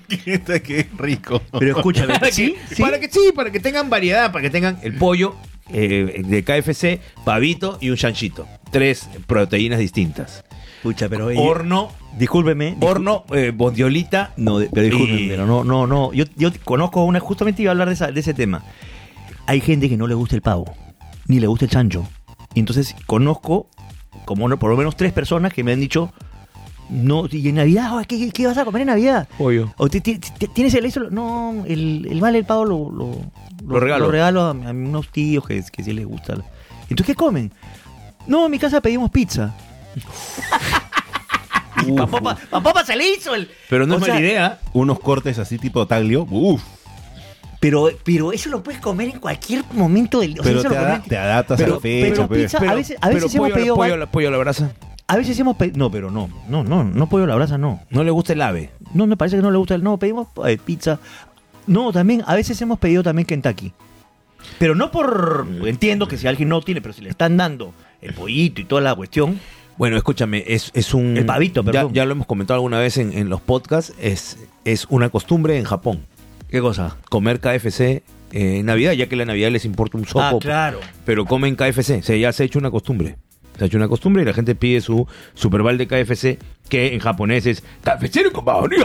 B: Qué Este rico.
C: Pero escúchame, ¿sí? ¿Sí?
A: Para que sí, para que tengan variedad, para que tengan el pollo eh, de KFC, pavito y un chanchito. Tres proteínas distintas.
C: Pucha, pero eh,
A: Horno,
C: discúlpeme. discú-
A: horno, eh, bondiolita.
C: No, de- pero discúlpeme,
A: Y-
C: pero no, no, no. Yo, yo conozco una, justamente iba a hablar de, esa- de ese tema. Hay gente que no le gusta el pavo, ni le gusta el chancho. Y entonces conozco como no- por lo menos tres personas que me han dicho, no, y en Navidad, oh, ¿qué, qué- qué vas a comer en Navidad?
A: Pollo.
C: ¿O ti- ti- ti- tienes el eso? No, el, el vale, el pavo lo, lo,
A: Lo regalo.
C: a, a unos tíos que, que sí les gusta. la- Entonces, ¿qué comen? No, en mi casa pedimos pizza. papá, pa- papá, pa- se le hizo el.
A: Pero no
C: O
A: es
C: sea,
A: mala idea.
B: Unos cortes así tipo taglio. Uf.
C: Pero, pero eso lo puedes comer en cualquier momento del o sea,
B: Pero
C: eso
B: te,
C: lo
B: ada-
C: comen-
B: te adaptas a
C: pero-
B: la fecha. pues.
C: pero
B: pe.
C: pizza- a veces- a veces
A: pero
C: hemos
A: pollo,
C: pedido
A: pollo,
C: val-
A: a la- pollo a la brasa.
C: A veces hemos pedido. No, pero no. No, no, no pollo a la brasa, no.
A: No le gusta el ave.
C: No, me parece que no le gusta el. No, pedimos eh, pizza. No, también, a veces hemos pedido también Kentucky. Pero no por. Entiendo que si alguien no tiene, pero si le están dando el pollito y toda la cuestión.
A: Bueno, escúchame, es, es un...
C: El pavito,
A: ya,
C: perdón.
A: ya lo hemos comentado alguna vez en, en los podcasts, es, es una costumbre en Japón,
C: ¿Qué cosa?
A: comer KFC eh, en Navidad, ya que la Navidad les importa un sopo.
C: ah, claro.
A: Pero comen KFC, se, ya se ha hecho una costumbre. Se ha hecho una costumbre y la gente pide su superval de KFC, que en japonés es KFC con bajonía".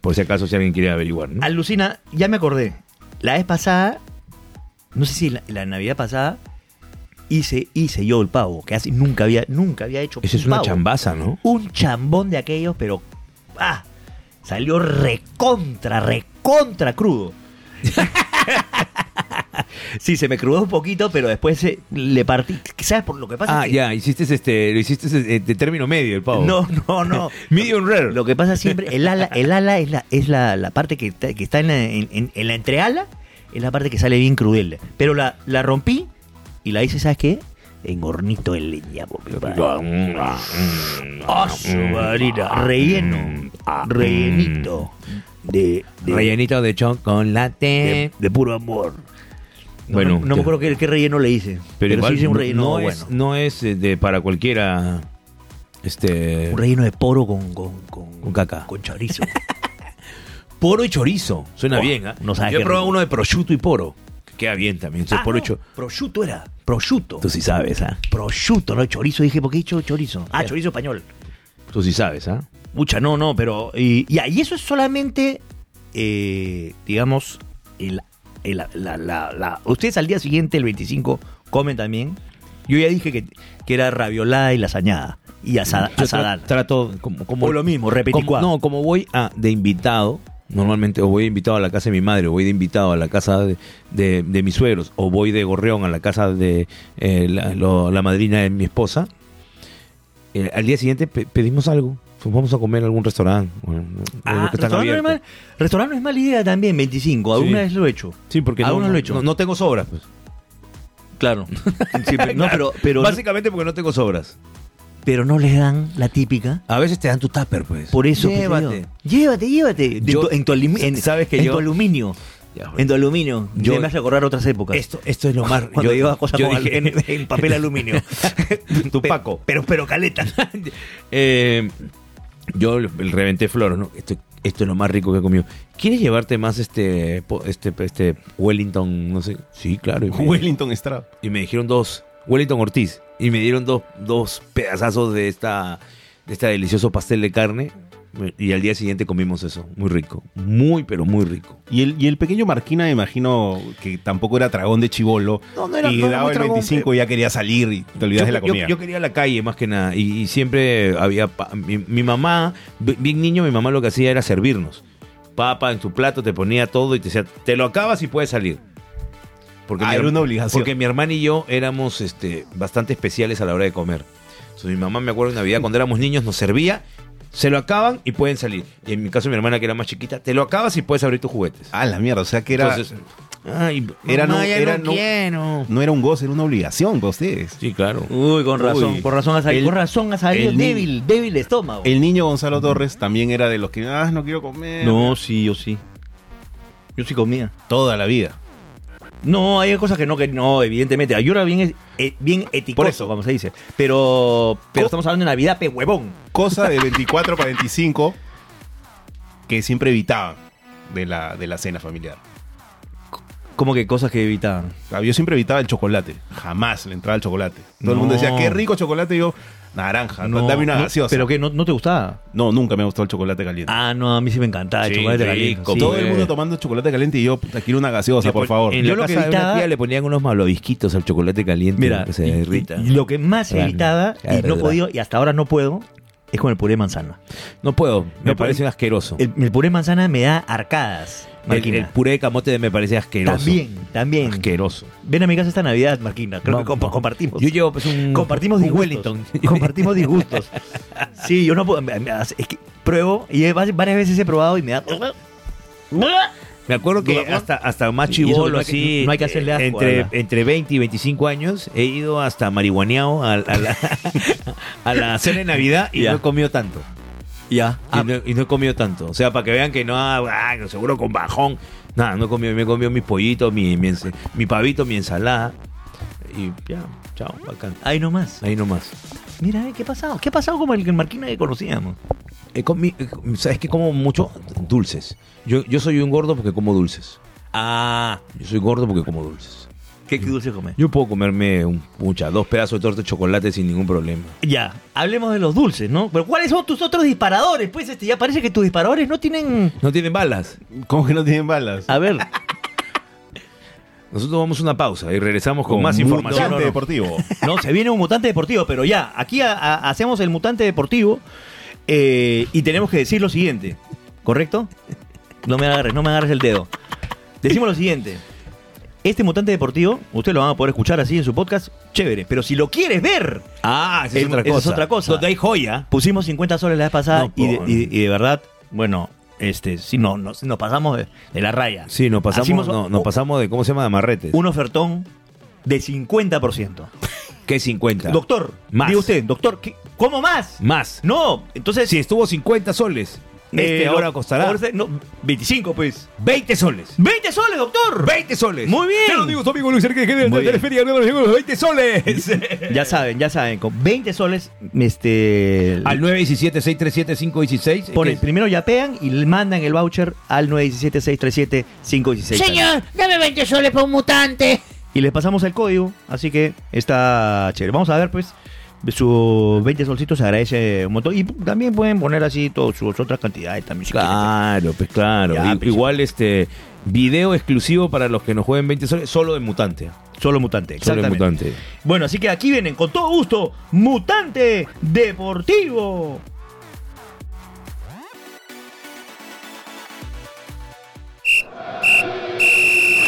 A: Por si acaso si alguien quiere averiguar, ¿no?
C: Alucina, ya me acordé. La vez pasada, no sé si la, la Navidad pasada, hice, hice yo el pavo, que así nunca había, nunca había hecho
A: Esa es
C: un
A: una
C: pavo.
A: chambaza, ¿no?
C: Un chambón de aquellos, pero ¡Ah! Salió recontra, recontra crudo. sí, se me crudó un poquito, pero después eh, le partí. ¿Sabes por lo que pasa?
A: Ah,
C: Es que-
A: ya, hiciste este, lo hiciste eh, de término medio el pavo.
C: No, no, no.
A: Medium rare.
C: Lo que pasa siempre, el ala, el ala es la, es la, la parte que, está- que está en la, en- en- en la entreala, es la parte que sale bien crudel. Pero la, la rompí y la hice, ¿sabes qué? En hornito de leña, por mi padre. ¡Ah, su
A: mm, ah,
C: madrina! Relleno. Rellenito. De, Mm, ah, de,
A: Rellenito de chocolate.
C: de, de puro amor. No,
A: Bueno,
C: bueno, no, me acuerdo qué, qué relleno le hice. Pero,
A: igual
C: sí hice un
A: no-
C: relleno
A: no,
C: bueno.
A: es, no es eh, de para cualquiera. Este.
C: Un relleno de poro con, con, con,
A: Con caca.
C: Con chorizo.
A: Poro y chorizo. Suena
C: Oh,
A: bien, ¿ah?
C: no sabes
A: Yo he
C: qué
A: probado
C: rico.
A: uno de prosciutto y poro. Que queda bien también. Entonces,
C: Ah,
A: poro y
C: no,
A: cho-
C: prosciutto era. Prosciutto.
A: Tú sí sabes, ¿ah?
C: Prosciutto, no chorizo. Dije, ¿por qué he dicho chorizo? Ah,
A: Ya.
C: chorizo español.
A: Tú sí sabes, ¿ah?
C: Mucha, no, no, pero. Y, ya, y eso es solamente, eh, digamos, el- el- la, la- la- ustedes al día siguiente, el 25, comen también. Yo ya dije que, que era raviolada y lasañada. Y asada,
A: Yo tra-
C: asadana.
A: trato como, como
C: O lo mismo,
A: como-
C: repeticuá.
A: No, como voy a, de invitado, normalmente o voy de invitado a la casa de mi madre, o voy de invitado a la casa de, de- de mis suegros, o voy de gorreón a la casa de eh, la, lo- la madrina de mi esposa, eh, al día siguiente pe- pedimos algo. Pues vamos a comer a algún restaurante. o- o los
C: Ah,
A: que están
C: restaurante, no es
A: abiertos.
C: mal, restaurante no es mala idea también, 25. Alguna
A: Sí.
C: vez lo he hecho.
A: Sí, porque no,
C: Aún no Ah, lo he hecho.
A: no- no tengo sobras. pues.
C: Claro. no, pero, pero,
A: Básicamente porque no tengo sobras.
C: pero no les dan la típica.
A: A veces te dan tu tupper, pues.
C: Por eso, pues,
A: llévate.
C: digo, llévate, llévate. De
A: Yo-
C: tu- en tu, alumi- en-
A: ¿sabes que
C: en
A: yo-
C: tu aluminio.
A: Ya, pues.
C: En tu aluminio.
A: Yo-
C: Yo, me hace acordar otras épocas.
A: Esto, esto es lo más.
C: Cuando yo iba a cosas
A: yo
C: con-
A: dije-
C: en, en papel aluminio.
A: Tu
C: Pe-
A: Paco.
C: Pero, pero caleta.
A: Eh, yo le- le reventé flores, ¿no? Esto, esto es lo más rico que he comido. ¿Quieres llevarte más este, po- este, este Wellington? No sé. Sí, claro. Y me,
B: Wellington Strap.
A: y me dijeron dos. Wellington Ortiz. Y me dieron dos, dos pedazazos de esta de este delicioso pastel de carne. Y al día siguiente comimos eso. Muy rico. Muy, pero muy rico.
B: Y el, y el pequeño Marquina, me imagino que tampoco era dragón de chivolo.
A: No, no era-
B: y eh.
A: no era
B: daba
A: muy
B: el
A: tragón,
B: 25 y ya quería salir y te olvidas
A: Yo,
B: de la
A: yo-
B: comida.
A: yo quería la calle más que nada. Y, y siempre había. pa- mi, mi mamá, bi- bien niño, mi mamá lo que hacía era servirnos. Papa en tu plato, te ponía todo y te decía, te lo acabas y puedes salir. Porque
B: Ah,
A: mi
B: era
A: her-
B: una obligación.
A: Porque mi hermana y yo éramos este, bastante especiales a la hora de comer. Entonces, mi mamá, me acuerdo en Navidad, cuando éramos niños, nos servía, se lo acaban y pueden salir. Y en mi caso, mi hermana, que era más chiquita, te lo acabas y puedes abrir tus juguetes.
B: Ah, la mierda. O sea que era.
A: Entonces, ay,
B: era
A: mamá,
B: no-
A: ya
B: era
A: no
B: no-
A: quiero.
B: no era un gozo, era una obligación para ustedes.
A: Sí, claro.
C: Uy, con razón.
B: Uy.
C: con razón ha salido.
B: El-
C: con razón ha salido.
B: el-
C: débil, débil de estómago.
B: El niño Gonzalo Torres también era de los que, ah, no quiero comer.
C: sí, yo sí. Yo sí comía.
B: Toda la vida.
C: No, hay cosas que no, que no, evidentemente. Yo era bien, eh, bien eticoso,
B: Por eso.
C: como se dice. Pero, pero
B: Co-
C: estamos hablando de Navidad, pe huevón.
B: Cosa de 24 para 25 que siempre evitaban de la, de la cena familiar.
C: Como que cosas que evitaban.
B: O sea, Yo siempre evitaba el chocolate. Jamás le entraba el chocolate. Todo el
C: No.
B: mundo decía, qué rico chocolate. Y yo, naranja, dame una gaseosa.
C: ¿Pero que ¿No, no te gustaba?
B: No, nunca me gustó el chocolate caliente.
C: Ah, no, a mí sí me encantaba el
A: Sí,
C: chocolate
A: rico,
C: caliente. sí.
B: Todo
A: pues.
B: el mundo tomando chocolate caliente y yo, puta, quiero una gaseosa,
A: Le
B: por
A: pon-
B: favor.
A: En
C: Yo
A: la
C: lo
A: casa
C: que
A: de una
C: evitaba-
A: tía le ponían unos malobisquitos al chocolate caliente
C: Mira,
A: que se
C: y- y-
A: derrita.
C: y lo que más
A: Claro,
C: evitaba
A: claro,
C: y no
A: verdad.
C: podía, y hasta ahora no puedo, es con el puré de manzana.
A: no puedo, me
C: No,
A: parece
C: pero-
A: asqueroso. El,
C: El, el puré de manzana me da arcadas, Marquina.
A: el puré de camote me parece asqueroso.
C: también, también.
A: Asqueroso.
C: Ven a mi casa esta Navidad, Marquina. Creo que
A: Vamos.
C: compa- compartimos.
A: Yo llevo pues un
C: Compartimos
A: un
C: disgustos.
A: Wellington.
C: Compartimos disgustos. Sí, yo no puedo. me- me hace- Es que pruebo y he- varias veces he probado y me da.
A: Me acuerdo que hasta, hasta más
C: Y eso que
A: chivolo
C: no hay que-
A: así,
C: no hay que hacerle asco,
A: entre,
C: ¿verdad?
A: entre 20 y 25 años, he ido hasta marihuaneado a, a la, a la cena de Navidad y
C: Ya.
A: no he comido tanto.
C: Ya.
A: y, no, y no he comido tanto. O sea, para que vean que no, ah, ah, seguro con bajón. Nada, no he comido, me he comido mis pollitos, mi, mi, ens- mi pavito, mi ensalada. Y ya, chao, bacán.
C: ahí nomás.
A: Ahí nomás.
C: Mira, eh, ¿qué ha pasado? ¿Qué ha pasado con el Marquina que conocíamos?
A: He comi- eh, ¿Sabes que como mucho? Dulces. Yo, yo soy un gordo porque como dulces.
C: Ah,
A: Yo soy gordo porque como dulces.
C: qué
A: Mm.
C: dulce comer.
A: Yo puedo comerme un, pucha, dos pedazos de torta de chocolate sin ningún problema.
C: Ya, hablemos de los dulces, ¿no? Pero ¿cuáles son tus otros disparadores? Pues este, ya parece que tus disparadores no tienen.
A: No tienen balas.
B: ¿Cómo que no tienen balas?
A: Ah,
C: A ver,
A: Nosotros vamos a una pausa y regresamos con, más
B: Un
A: información.
B: mutante
A: No, no.
B: deportivo.
C: no, se viene un mutante deportivo, pero ya, aquí a- a- hacemos el mutante deportivo. Eh, y tenemos que decir lo siguiente, ¿correcto? No me agarres, no me agarres el dedo. Decimos lo siguiente. Este mutante deportivo, ustedes lo van a poder escuchar así en su podcast, chévere. Pero si lo quieres ver,
A: Ah, esa es,
C: El-
A: otra
C: esa es
A: cosa.
C: otra cosa.
A: Donde hay joya.
C: pusimos 50 soles la vez pasada
A: No,
C: y, de,
A: por-
C: y- y de verdad, bueno, este, si no, nos, nos pasamos de, de la raya.
A: Sí, nos pasamos,
C: Hacimos
A: no, nos
C: un-
A: pasamos de, ¿cómo se llama? De amarretes.
C: Un ofertón de 50%.
A: ¿Qué 50?
C: Doctor,
A: Más.
C: diga usted, doctor, ¿qué- ¿cómo más?
A: Más.
C: No, entonces...
A: Si estuvo 50 soles, este
C: eh,
A: ahora
C: lo-
A: costará
C: ahora se- no, 25, pues.
A: 20 soles.
C: ¡20 soles, doctor!
A: 20 soles.
C: Muy bien.
A: Te lo digo, tu amigo Luis Enrique, que de
C: Muy
A: la
C: bien.
A: Teleférica, no, no, no, los 20 soles.
C: Ya saben, ya saben, con 20 soles, este...
A: Al 917-637-516.
C: ponen, primero ya pegan y le mandan el voucher al 917-637-516.
D: Señor, dame 20 soles para un mutante.
C: Y les pasamos el código, así que está chévere. Vamos a ver, pues, sus 20 solcitos se agradece un montón. Y también pueden poner así todas sus otras cantidades también. si
A: Claro, pues claro.
C: Ya,
A: I-
C: pues.
A: Igual este video exclusivo para los que nos jueguen 20 soles, solo de mutante.
C: quieren. Solo mutante,
A: Solo de
C: exactamente.
A: mutante.
C: Bueno, así que aquí vienen con todo gusto, Mutante Deportivo.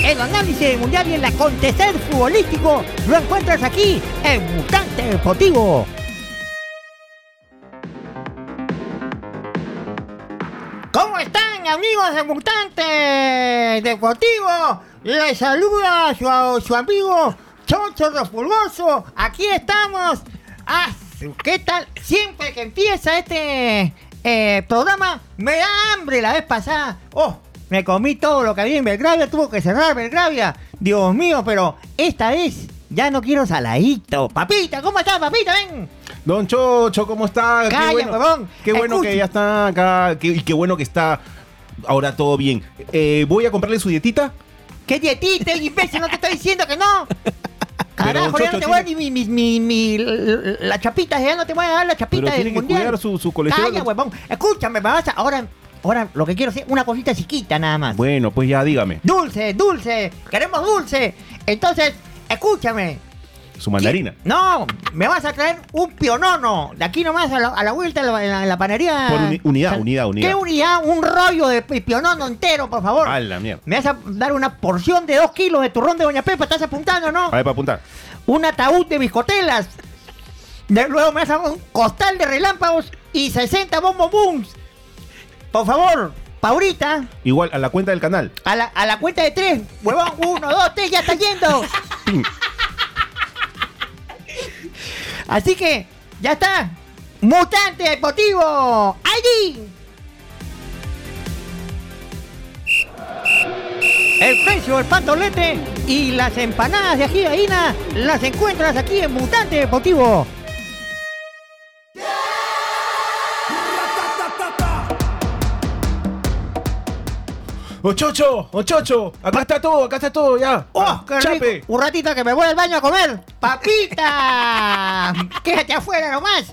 E: El análisis del mundial y el acontecer futbolístico lo encuentras aquí en Mutante Deportivo. ¿Cómo están amigos de Mutante Deportivo? Les saluda su, su amigo Chocho Refulgoso. Aquí estamos. Ah, su- ¿Qué tal? Siempre que empieza este eh, programa me da hambre la vez pasada. Oh, me comí todo lo que había en Belgravia. Tuvo que cerrar Belgravia. Dios mío, pero esta vez ya no quiero saladito. Papita, ¿cómo estás, papita? Ven.
B: Don Chocho, ¿cómo está?
E: Calla, huevón.
B: Qué bueno
E: Escucha.
B: que ya está acá qué- y qué bueno que está ahora todo bien. Eh, voy a comprarle su dietita.
E: ¿Qué dietista, imbécil? No te estoy diciendo que no. Carajo, ya
B: Chocho
E: no te voy a dar
B: tiene-
E: ni mi, mi, mi, mi- la chapita, ya no te voy a dar la
B: Pero
E: chapita
B: tiene
E: del
B: que
E: mundial.
B: cuidar su, su colesterol.
E: Calla, huevón. Escúchame, vas a- ahora, ahora lo que quiero es una cosita chiquita nada más.
B: bueno, pues ya dígame.
E: Dulce, dulce, queremos dulce. Entonces, escúchame.
B: Su mandarina.
E: No, me vas a traer un pionono. De aquí nomás a la, a la vuelta en la, en la- en la panadería.
B: Por uni- unidad,
E: Sal-
B: unidad, unidad.
E: ¿Qué unidad? Un rollo de pi- pionono entero, por favor.
B: A la mierda.
E: Me vas a dar una porción de dos kilos de turrón de Doña Pepa, estás apuntando, ¿no?
B: A ver, para apuntar.
E: Un ataúd de biscotelas. De luego me vas a dar un costal de relámpagos y 60 bombo booms. Por favor, Paurita,
B: Igual, a la cuenta del canal.
E: a la, a la cuenta de tres, huevón, uno, dos, tres, ya está yendo.
B: Pim.
E: Así que, ya está. Mutante deportivo. allí. El precio del pantolete y las empanadas de ají de gallina las encuentras aquí en Mutante Deportivo.
B: ¡Oh, ¡Ochocho! ¡Ochocho! Acá está todo, acá está todo, ya. Ah,
E: ¡Oh, qué
B: ¡Chape!
E: rico! Un ratito que me voy al baño a comer. ¡Papita! Quédate afuera nomás.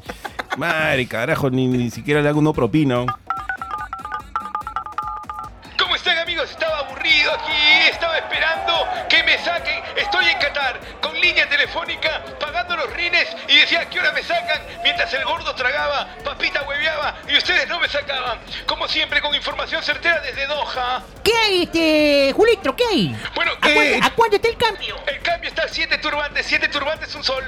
B: Madre, carajo, ni, ni siquiera le hago una propina.
F: ¿Cómo están amigos? Estaba aburrido aquí, estaba esperando que me saquen. Estoy en Qatar, con línea telefónica, pagando los rines y decía, ¿a qué hora me sacan? Mientras el gordo tragaba, papita hueveaba y ustedes no me sacaban. Como siempre, con información certera desde Doha.
E: ¿Qué hay, este, Julitro? ¿Qué hay?
F: Bueno,
E: ¿A
F: eh,
E: cuánto- ¿A cuánto está el cambio?
F: El cambio está a 7 turbantes, 7 turbantes un sol.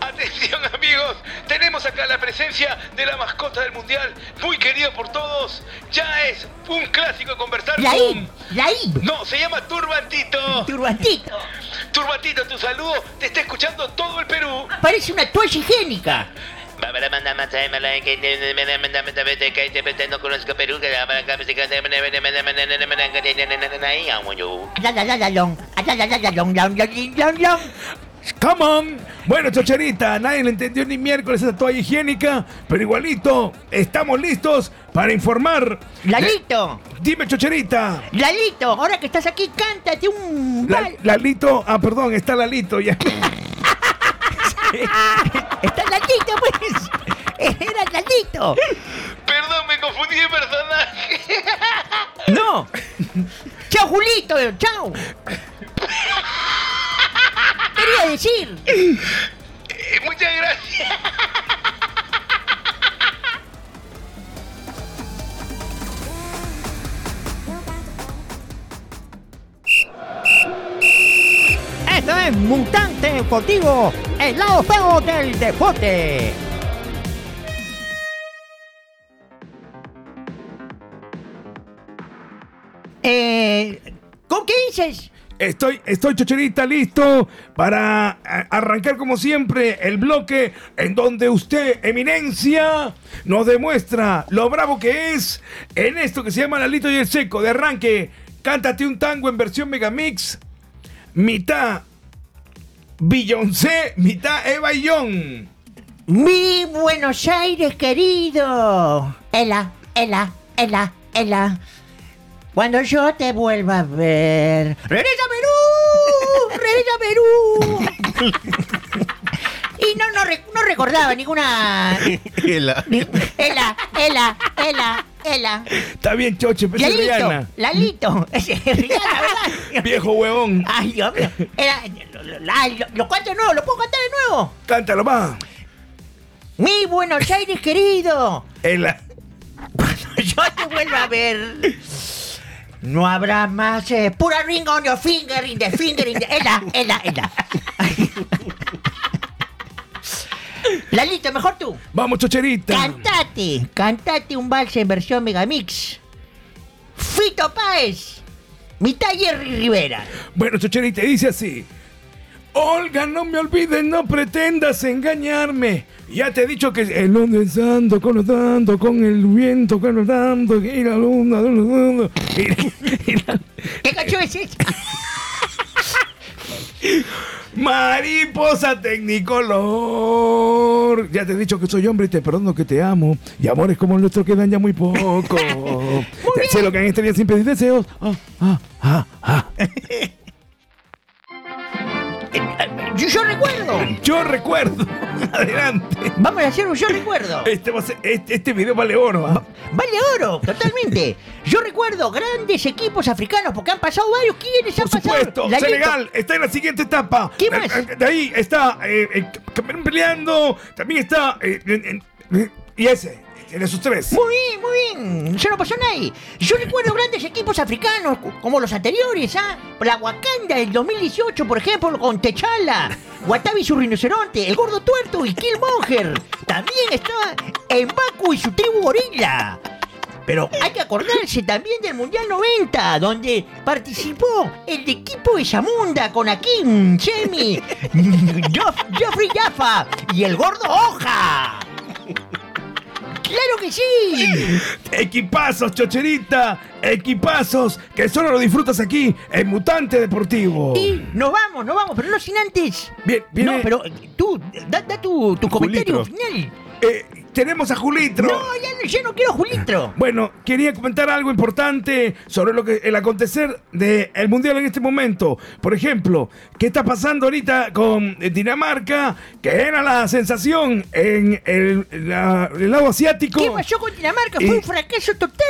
F: Atención amigos, tenemos acá la presencia de la mascota del mundial, muy querido por todos. Ya es un clásico conversar
E: Laín,
F: con...
E: Laín,
F: No, se llama Turbantito.
E: turbantito.
F: Turbatito, tu saludo. Te está escuchando todo el Perú.
E: Parece una toalla higiénica. La, la, la, la, long. Ah, La, la, la, la, long, long, long, long, long.
A: Come on. Bueno, chocherita, nadie le entendió ni miércoles esa toalla higiénica, pero igualito, estamos listos para informar.
E: Lalito,
A: Dime, chocherita.
E: Lalito, ahora que estás aquí, cántate un...
A: La- Lalito, ah, perdón, está Lalito ya.
E: Está Lalito, pues. Era Lalito.
F: Perdón, me confundí de personaje.
C: ¡No!
E: Chao, Julito, chao. Quería decir...
F: Eh, Muchas gracias.
G: es Mutante Deportivo, el lado feo del deporte. Eh, ¿Con qué dices?
H: Estoy, estoy chocherita listo para a- arrancar como siempre el bloque en donde usted, eminencia, nos demuestra lo bravo que es en esto que se llama Lalito y el Seco. De arranque, cántate un tango en versión Megamix, mitad Beyoncé, mitad Eva y John.
E: Mi Buenos Aires querido. Ela, ela, ela, ela. Cuando yo te vuelva a ver. ¡Regresa a Perú! ¡Regresa a Perú! Y no, no, re- no recordaba ninguna.
B: La-
E: ni- Ela, ela, ela, ela.
H: Está bien, choche, pero es
E: Lalito,
H: Rihanna.
E: Lalito. Es Rihanna, ¿verdad?
H: Viejo huevón,
E: Ay, Dios mío. Era- lo, lo- lo- lo cuento de nuevo, lo puedo contar de nuevo.
H: cántalo más.
E: Mi Buenos Aires querido.
H: En la-
E: yo te vuelvo a ver. No habrá más. eh, pura ring on your finger, in the finger, in the. Ela, ela, ela. Lalito, mejor tú.
H: Vamos, chocherita.
E: Cantate, cantate un vals en versión Megamix. Fito Páez, mitad Jerry Rivera.
H: Bueno, Chocherita, dice así. Olga, no me olvides, no pretendas engañarme. Ya te he dicho que el hombre es santo, con los tanto, con el viento, con los tanto, y la luna, la luna, y- y la-
E: ¿Qué canción es esa?
H: Mariposa Tecnicolor. Ya te he dicho que soy hombre y te perdono que te amo. Y amores como el nuestro quedan ya muy poco. sé lo que en este día sin pedir deseos. Ah, ah, ah, ah.
E: Eh, eh, Yo, yo recuerdo.
H: Yo recuerdo. Adelante.
E: Vamos a hacer un yo recuerdo.
H: Este, va a ser- este, este video vale oro. ¿ah?
E: Vale oro, totalmente. Yo recuerdo grandes equipos africanos porque han pasado varios. ¿Quiénes han
H: Por
E: pasado?
H: supuesto,
E: Lalito.
H: Senegal está en la siguiente etapa.
E: ¿Qué
H: Eh,
E: más?
H: eh, De ahí está eh, eh, Camerún peleando, también está... eh, en- en- eh, y ese, en esos tres.
E: Muy bien, muy bien. Eso no pasó nadie. Yo recuerdo grandes equipos africanos cu- como los anteriores, ¿ah? La Wakanda del 2018, por ejemplo, con Techala, Watabi y su rinoceronte, el gordo tuerto y Killmonger. También estaba Mbaku y su tribu gorila. Pero hay que acordarse también del Mundial 90, donde participó el equipo de Zamunda con Akim, Chemi, Joff- Joffrey Jaffa y el gordo Hoja. ¡Claro que sí!
H: Equipazos, chocherita, equipazos, que solo lo disfrutas aquí, en Mutante Deportivo.
E: Y nos vamos, nos vamos, pero no sin antes.
H: Bien, viene-
E: No, pero eh, tú, da, da tu, tu comentario final.
H: eh, tenemos a Julitro.
E: No, ya, no- ya no quiero Julitro.
H: Bueno, quería comentar algo importante sobre lo que el acontecer del Mundial en este momento. Por ejemplo, ¿qué está pasando ahorita con Dinamarca, que era la sensación en el, la- el lado asiático?
E: ¿Qué pasó con Dinamarca? Fue
H: Y-
E: un fracaso total.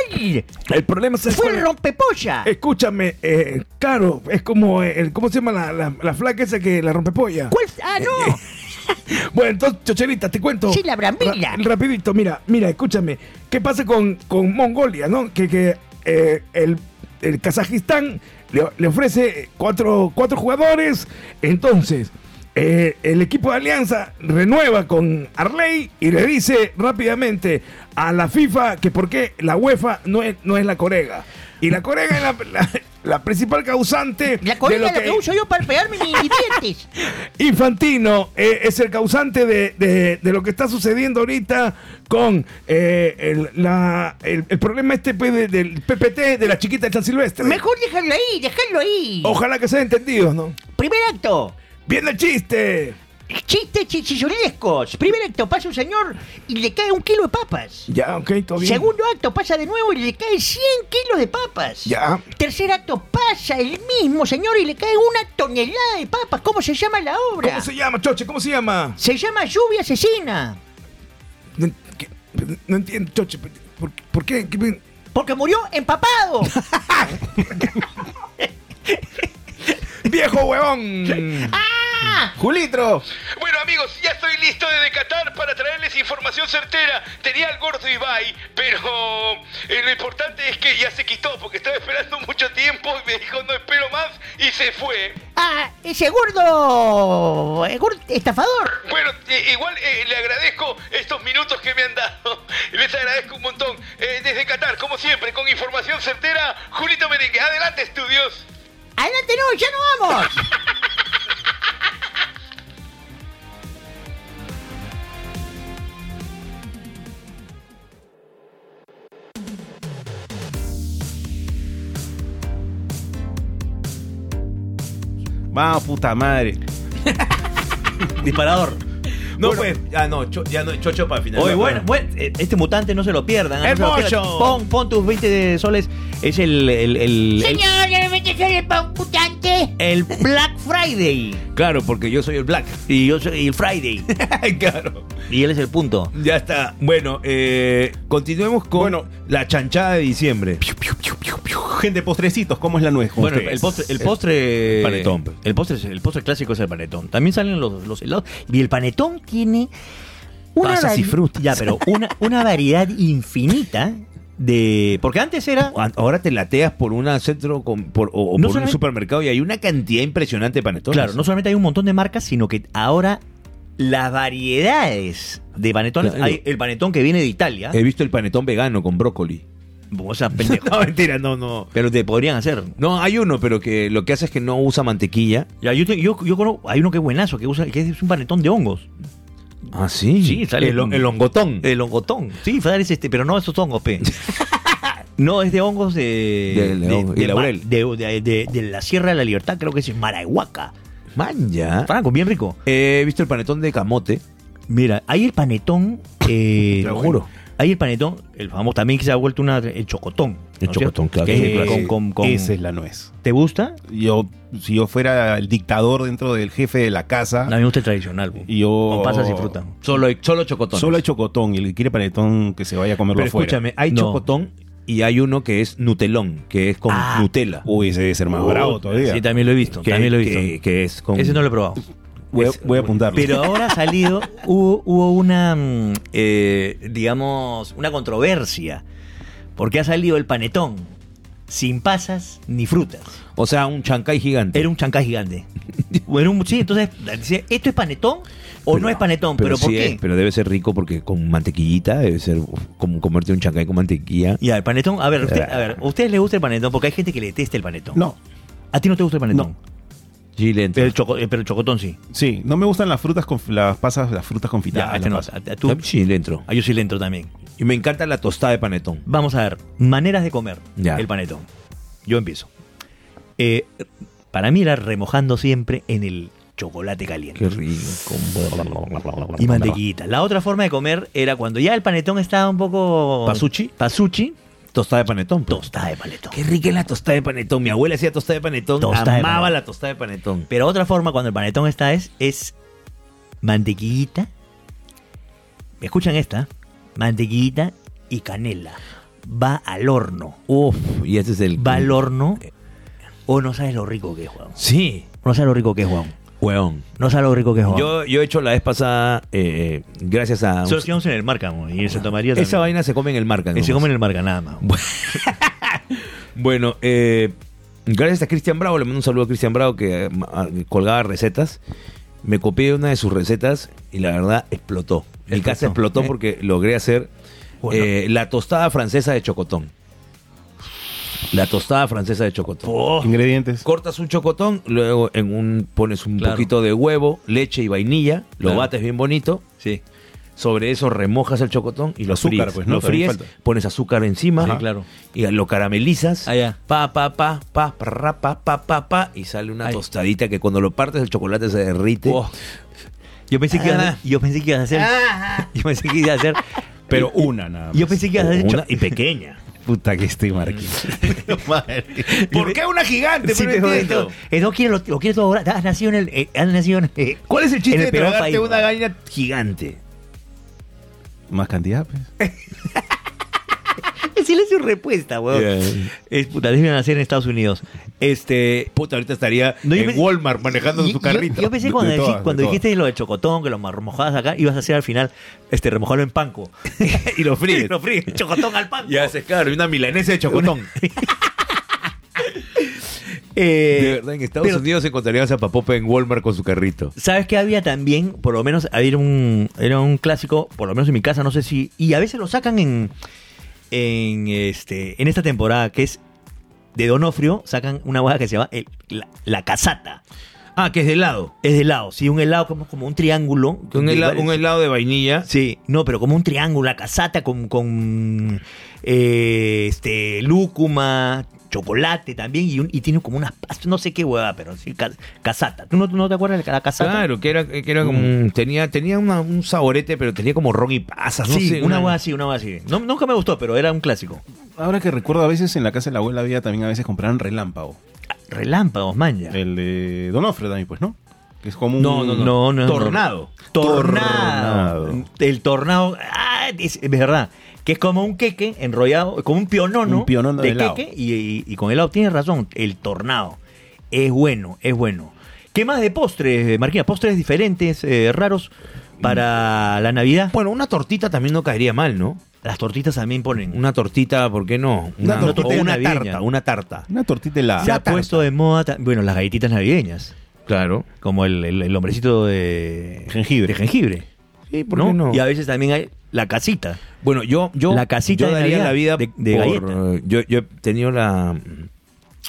H: El problema Eh. es
E: Fue el rompepolla.
H: Escúchame, eh, Caro, es como eh, el, ¿cómo se llama la, la, la flaca esa que la rompepolla?
E: ¿Cuál? Ah,
H: eh,
E: no.
H: Bueno, entonces, Chocherita, te cuento.
E: Sí, la brambilla.
H: Ra- rapidito, mira, mira, escúchame. ¿Qué pasa con, con Mongolia, no? Que, que eh, el, el Kazajistán le, le ofrece cuatro, cuatro jugadores. Entonces, eh, el equipo de Alianza renueva con Arley y le dice rápidamente a la FIFA que por qué la UEFA no es, no es la Corega. Y la Corega es la, la- la principal causante
E: La correa
H: de
E: es lo que uso yo para pegarme mis dientes.
H: Infantino eh, es el causante de, de- de lo que está sucediendo ahorita con eh, el, la- el- el problema este pues, de- del PPT de la chiquita de San Silvestre.
E: Mejor dejarlo ahí, dejarlo ahí.
H: Ojalá que sean entendidos, ¿no?
E: Primer acto.
H: ¡Viene el chiste!
E: Chistes chichillolescos. Primer acto, pasa un señor y le cae un kilo de papas.
H: Ya, ok, todo bien.
E: Segundo acto, pasa de nuevo y le cae 100 kilos de papas.
H: Ya.
E: Tercer acto, pasa el mismo señor y le cae una tonelada de papas. ¿Cómo se llama la obra?
H: ¿Cómo se llama, Choche? ¿Cómo se llama?
E: Se llama Lluvia Asesina.
H: No, en- que- no entiendo, Choche. ¿Por, por qué? ¿Qué-
E: Porque murió empapado.
H: ¡Viejo huevón!
C: Ah,
B: Julitro.
F: Bueno amigos, ya estoy listo desde Qatar para traerles información certera. Tenía al gordo Ibai, pero eh, lo importante es que ya se quitó porque estaba esperando mucho tiempo y me dijo no espero más y se fue.
E: ah,
D: Ese gordo, eh, gordo estafador.
F: Bueno, eh, igual eh, le agradezco estos minutos que me han dado. Les agradezco un montón. Eh, desde Qatar, como siempre, con información certera, Julito Merengue. Adelante, estudios.
D: Adelante, no, ya no vamos.
B: Va, puta madre.
C: Disparador.
A: No, pues, ya no, cho- ya no, chocho para final.
C: Oye,
A: Ya,
C: bueno, bueno, eh, este mutante no se lo pierdan. ¿eh? No se lo
A: ¡Hermoso!
C: pierdan. Pon, pon tus 20 de soles. Es el, el, el, el,
D: Señor, ya me metí el pan mutante.
C: el Black Friday.
A: Claro, porque yo soy el Black.
C: Y yo soy el Friday.
A: claro.
C: y él es el punto.
A: Ya está. Bueno, eh, continuemos con
B: Bueno.
A: la chanchada de diciembre.
B: Gente, postrecitos, ¿cómo es la nuez? con
C: Bueno,
B: ustedes?
C: el postre, el postre,
A: El panetón, pues.
C: Eh, El postre, es- el postre clásico es el panetón. También salen los, los helados. Y el panetón tiene una
A: Pasas y
C: vari-
A: frutas.
C: Ya, pero una, una variedad infinita de. Porque antes era.
A: A- Ahora te lateas por un centro con- por- o, o
C: No
A: por un
C: solamente-
A: supermercado y hay una cantidad impresionante de panetones.
C: Claro, no solamente hay un montón de marcas, sino que ahora las variedades de panetones.
A: Claro. Eh.
C: Hay el panetón que viene de Italia.
A: He visto el panetón vegano con brócoli.
C: O sea, pendejo.
A: No, mentira, no, no.
C: Pero te podrían hacer.
A: No, hay uno, pero que lo que hace es que no usa mantequilla.
C: Ya, yo, te- yo, yo conozco, hay uno que es buenazo, que, usa, que es un panetón de hongos.
A: Ah, sí.
C: Sí, sale
A: el,
C: con-
A: el hongotón.
C: El hongotón. Sí, Fadar es este, pero no esos hongos, pe. No, es de hongos de.
A: De- de hongo- y
C: ma-
A: laurel.
C: de- de- de- de la Sierra de la Libertad, creo que es en Marahuaca.
A: Man, ya.
C: Franco, bien rico.
A: Eh, He visto el panetón de camote.
C: Mira, hay el panetón. eh,
A: Te lo juro.
C: Hay el panetón, el famoso también que se ha vuelto una, el chocotón.
A: El
C: ¿no es
A: chocotón,
C: cierto?
A: claro,
C: Que
A: sí,
C: es
A: claro.
C: con- con- con-
B: Esa es la nuez.
C: ¿Te gusta?
B: Yo, si yo fuera el dictador dentro del jefe de la
C: A
B: casa,
C: mí me gusta el tradicional. bu.
B: y yo.
C: Con pasas y fruta.
A: Solo, oh, solo chocotón.
B: Solo hay chocotón y el que quiere panetón que se vaya a comerlo
A: Pero
B: afuera.
A: escúchame, hay
C: No.
A: chocotón y hay uno que es nutelón, que es con
C: Ah.
A: Nutella.
B: Uy, ese debe ser más
C: Uh,
B: bravo todavía.
C: Sí, también lo he visto.
A: Que,
C: también lo he visto.
A: que- que es con.
C: Ese no lo he probado.
B: voy, a, voy a apuntarlo.
C: Pero ahora ha salido, hubo, hubo una, mm, eh, digamos, una controversia. Porque ha salido el panetón sin pasas ni frutas.
A: O sea, un chancay gigante.
C: Era un chancá gigante. Bueno, un- sí, entonces, decía, ¿esto es panetón o
A: Pero-
C: no es panetón? ¿Pero, por
A: sí
C: qué?
A: es, pero debe ser rico porque con mantequillita, debe ser uf, como comerte un chancay con mantequilla.
C: Ya, el panetón, a ver, usted- a ver, ¿a ustedes les gusta el panetón? Porque hay gente que le detesta el panetón.
B: No,
C: ¿A ti no te gusta el panetón?
A: Sí, le entra.
C: Pero, el choco- eh, pero el chocotón sí.
B: sí, no me gustan las frutas con las pasas, las frutas
C: Ya,
B: confitadas.
C: este
B: las
C: no,
B: pasas.
C: a- a- tú-
A: Ah, Sí, le entro.
C: a Ah, yo sí le entro también.
A: Y me encanta la tostada de panetón.
C: Vamos a ver, maneras de comer
A: Ya.
C: el panetón. Yo empiezo. Eh, para mí era remojando siempre en el chocolate caliente.
A: Qué rico.
C: Y mantequillita. La otra forma de comer era cuando ya el panetón estaba un poco...
A: ¿Pasuchi?
C: Pasuchi,
A: Tostada de panetón. pues.
C: tostada de panetón.
A: Qué rica es la tostada de panetón. Mi abuela hacía tostada de panetón.
C: Tostada de
A: Amaba
C: panetón.
A: la tostada de panetón.
C: Pero otra forma cuando el panetón está es, es mantequillita. ¿Me escuchan esta? Mantequillita y canela. Va al horno.
A: Uf, y ese es el.
C: Va al horno. O no sabes lo rico que es, Juan.
A: Sí,
C: No sabes lo rico que es, Juan.
A: weón.
C: No sabes lo rico que es, Juan.
A: Yo, yo he hecho la vez pasada, eh, gracias a.
C: Nosotros íbamos en el Marcamo y en Santa María también.
A: Esa vaina se come en el marca.
C: Eh, se come en el Marca nada más.
A: Bueno, eh, gracias a Cristian Bravo, le mando un saludo a Cristian Bravo que eh, ma- ah, colgaba recetas. Me copié una de sus recetas y la verdad explotó. El
C: Explotó.
A: caso explotó
C: Eh.
A: porque logré hacer
C: Bueno.
A: eh, la tostada francesa de chocotón. La tostada francesa de chocotón.
B: Ingredientes.
C: Oh.
A: Cortas un chocotón, luego en un pones un
C: Claro.
A: poquito de huevo, leche y vainilla, lo
C: Claro.
A: bates bien bonito,
C: Sí.
A: sobre eso remojas el chocotón y lo
B: Azúcar,
A: fríes.
B: pues, ¿no?
A: Lo
B: También
A: fríes,
B: falta.
A: pones azúcar encima,
C: Sí, claro.
A: y lo caramelizas,
C: Ah, ya.
A: pa pa pa pa pa pa pa pa pa y sale una
C: Ay.
A: tostadita que cuando lo partes el chocolate se derrite.
C: Oh. Yo pensé que ibas a, yo pensé que ibas a hacer. Yo pensé que ibas a hacer.
B: Pero una nada más.
C: Yo pensé que ibas a hacer.
A: Una
C: cho-
A: y pequeña.
B: Oh, Puta que estoy Marquis.
A: ¿Por qué una gigante?
C: Sí,
A: Pero
C: te
A: no
C: jodí
A: entiendo.
C: todo. Eh, no quiero, lo, lo quiero todo ahora. Has nacido en el. eh, has nacido en. eh,
A: ¿Cuál es el
C: En
A: chiste
C: el
A: de
C: peor
A: tragarte
C: país,
A: una
C: ¿no?
A: gallina gigante?
B: Más cantidad, pues.
C: el silencio es respuesta,
A: Oh.
C: weón.
A: Yeah.
C: Es puta, deben nacer en Estados Unidos. Este.
A: Puta, ahorita estaría
C: No, yo
A: en
C: pensé-
A: Walmart manejando su
C: y- yo-
A: carrito.
C: Yo, pensé
B: De-
C: cuando,
B: de
C: dejí-
B: todas, de
C: cuando
B: todas.
C: dijiste lo de chocotón, que lo remojabas acá, ibas a hacer al final, este, remojarlo en panco.
A: y lo fríes.
C: lo fríes, chocotón al panco.
A: Y haces, claro, y una milanesa de chocotón.
C: Eh,
A: de verdad, en Estados
C: pero-
A: Unidos encontrarías a Papopa en Walmart con su carrito.
C: ¿Sabes qué había también? Por lo menos había un, era un clásico, por lo menos en mi casa, no sé si. Y a veces lo sacan en. En este. En esta temporada, que es de Donofrio, sacan una hueá que se llama el- la, la casata.
A: Ah, que es de helado.
C: Es de helado, sí, un helado como, como un triángulo.
A: Un
C: De
A: helado,
C: varios-
A: un helado de vainilla.
C: Sí, no, pero como un triángulo, la casata con, con eh, este, lúcuma, chocolate también, y, un- y tiene como unas pastas, no sé qué hueá, pero sí, ca- casata. ¿Tú no, tú no te acuerdas de la casata?
A: Claro, que era, que era como.
C: Mm.
A: un- Tenía, tenía una- un saborete, pero tenía como ron y pasas. No
C: sí,
A: sé,
C: una hueá así, una hueá así. No- nunca me gustó, pero era un clásico.
B: Ahora que recuerdo, a veces en la casa de la abuela había también a veces compraban relámpago.
C: Relámpagos, man, ya.
B: El de Donofre también, pues, ¿no? Que es como un...
A: No, no,
C: No, no, no.
A: Tornado.
C: Tornado.
B: Tornado.
C: El tornado. Ah, es, es verdad. Que es como un queque enrollado, como un pionono,
B: Un pionono de helado.
C: queque. Y, y- y con helado tienes razón. El tornado. Es bueno, es bueno. ¿Qué más de postres, eh, Marquina? Postres diferentes, eh, raros para la Navidad.
A: Bueno, una tortita también no caería mal, ¿no?
C: Las tortitas también ponen.
A: Una tortita, ¿por qué no?
B: Una tortita
A: o una
C: navideña.
A: tarta, una Ah. tarta.
B: Una tortita helada.
C: se ha puesto de moda, ta- bueno, las galletitas navideñas.
A: Claro.
C: Como el, el- el hombrecito de
B: Jengibre.
C: De jengibre.
A: Sí,
C: ¿no? Y a veces también hay la casita.
A: Bueno, yo, yo,
C: La casita
A: yo
C: de
A: daría
C: Navidad
A: la vida
C: de- de
A: por,
C: galleta.
A: eh, yo, yo he tenido la mm,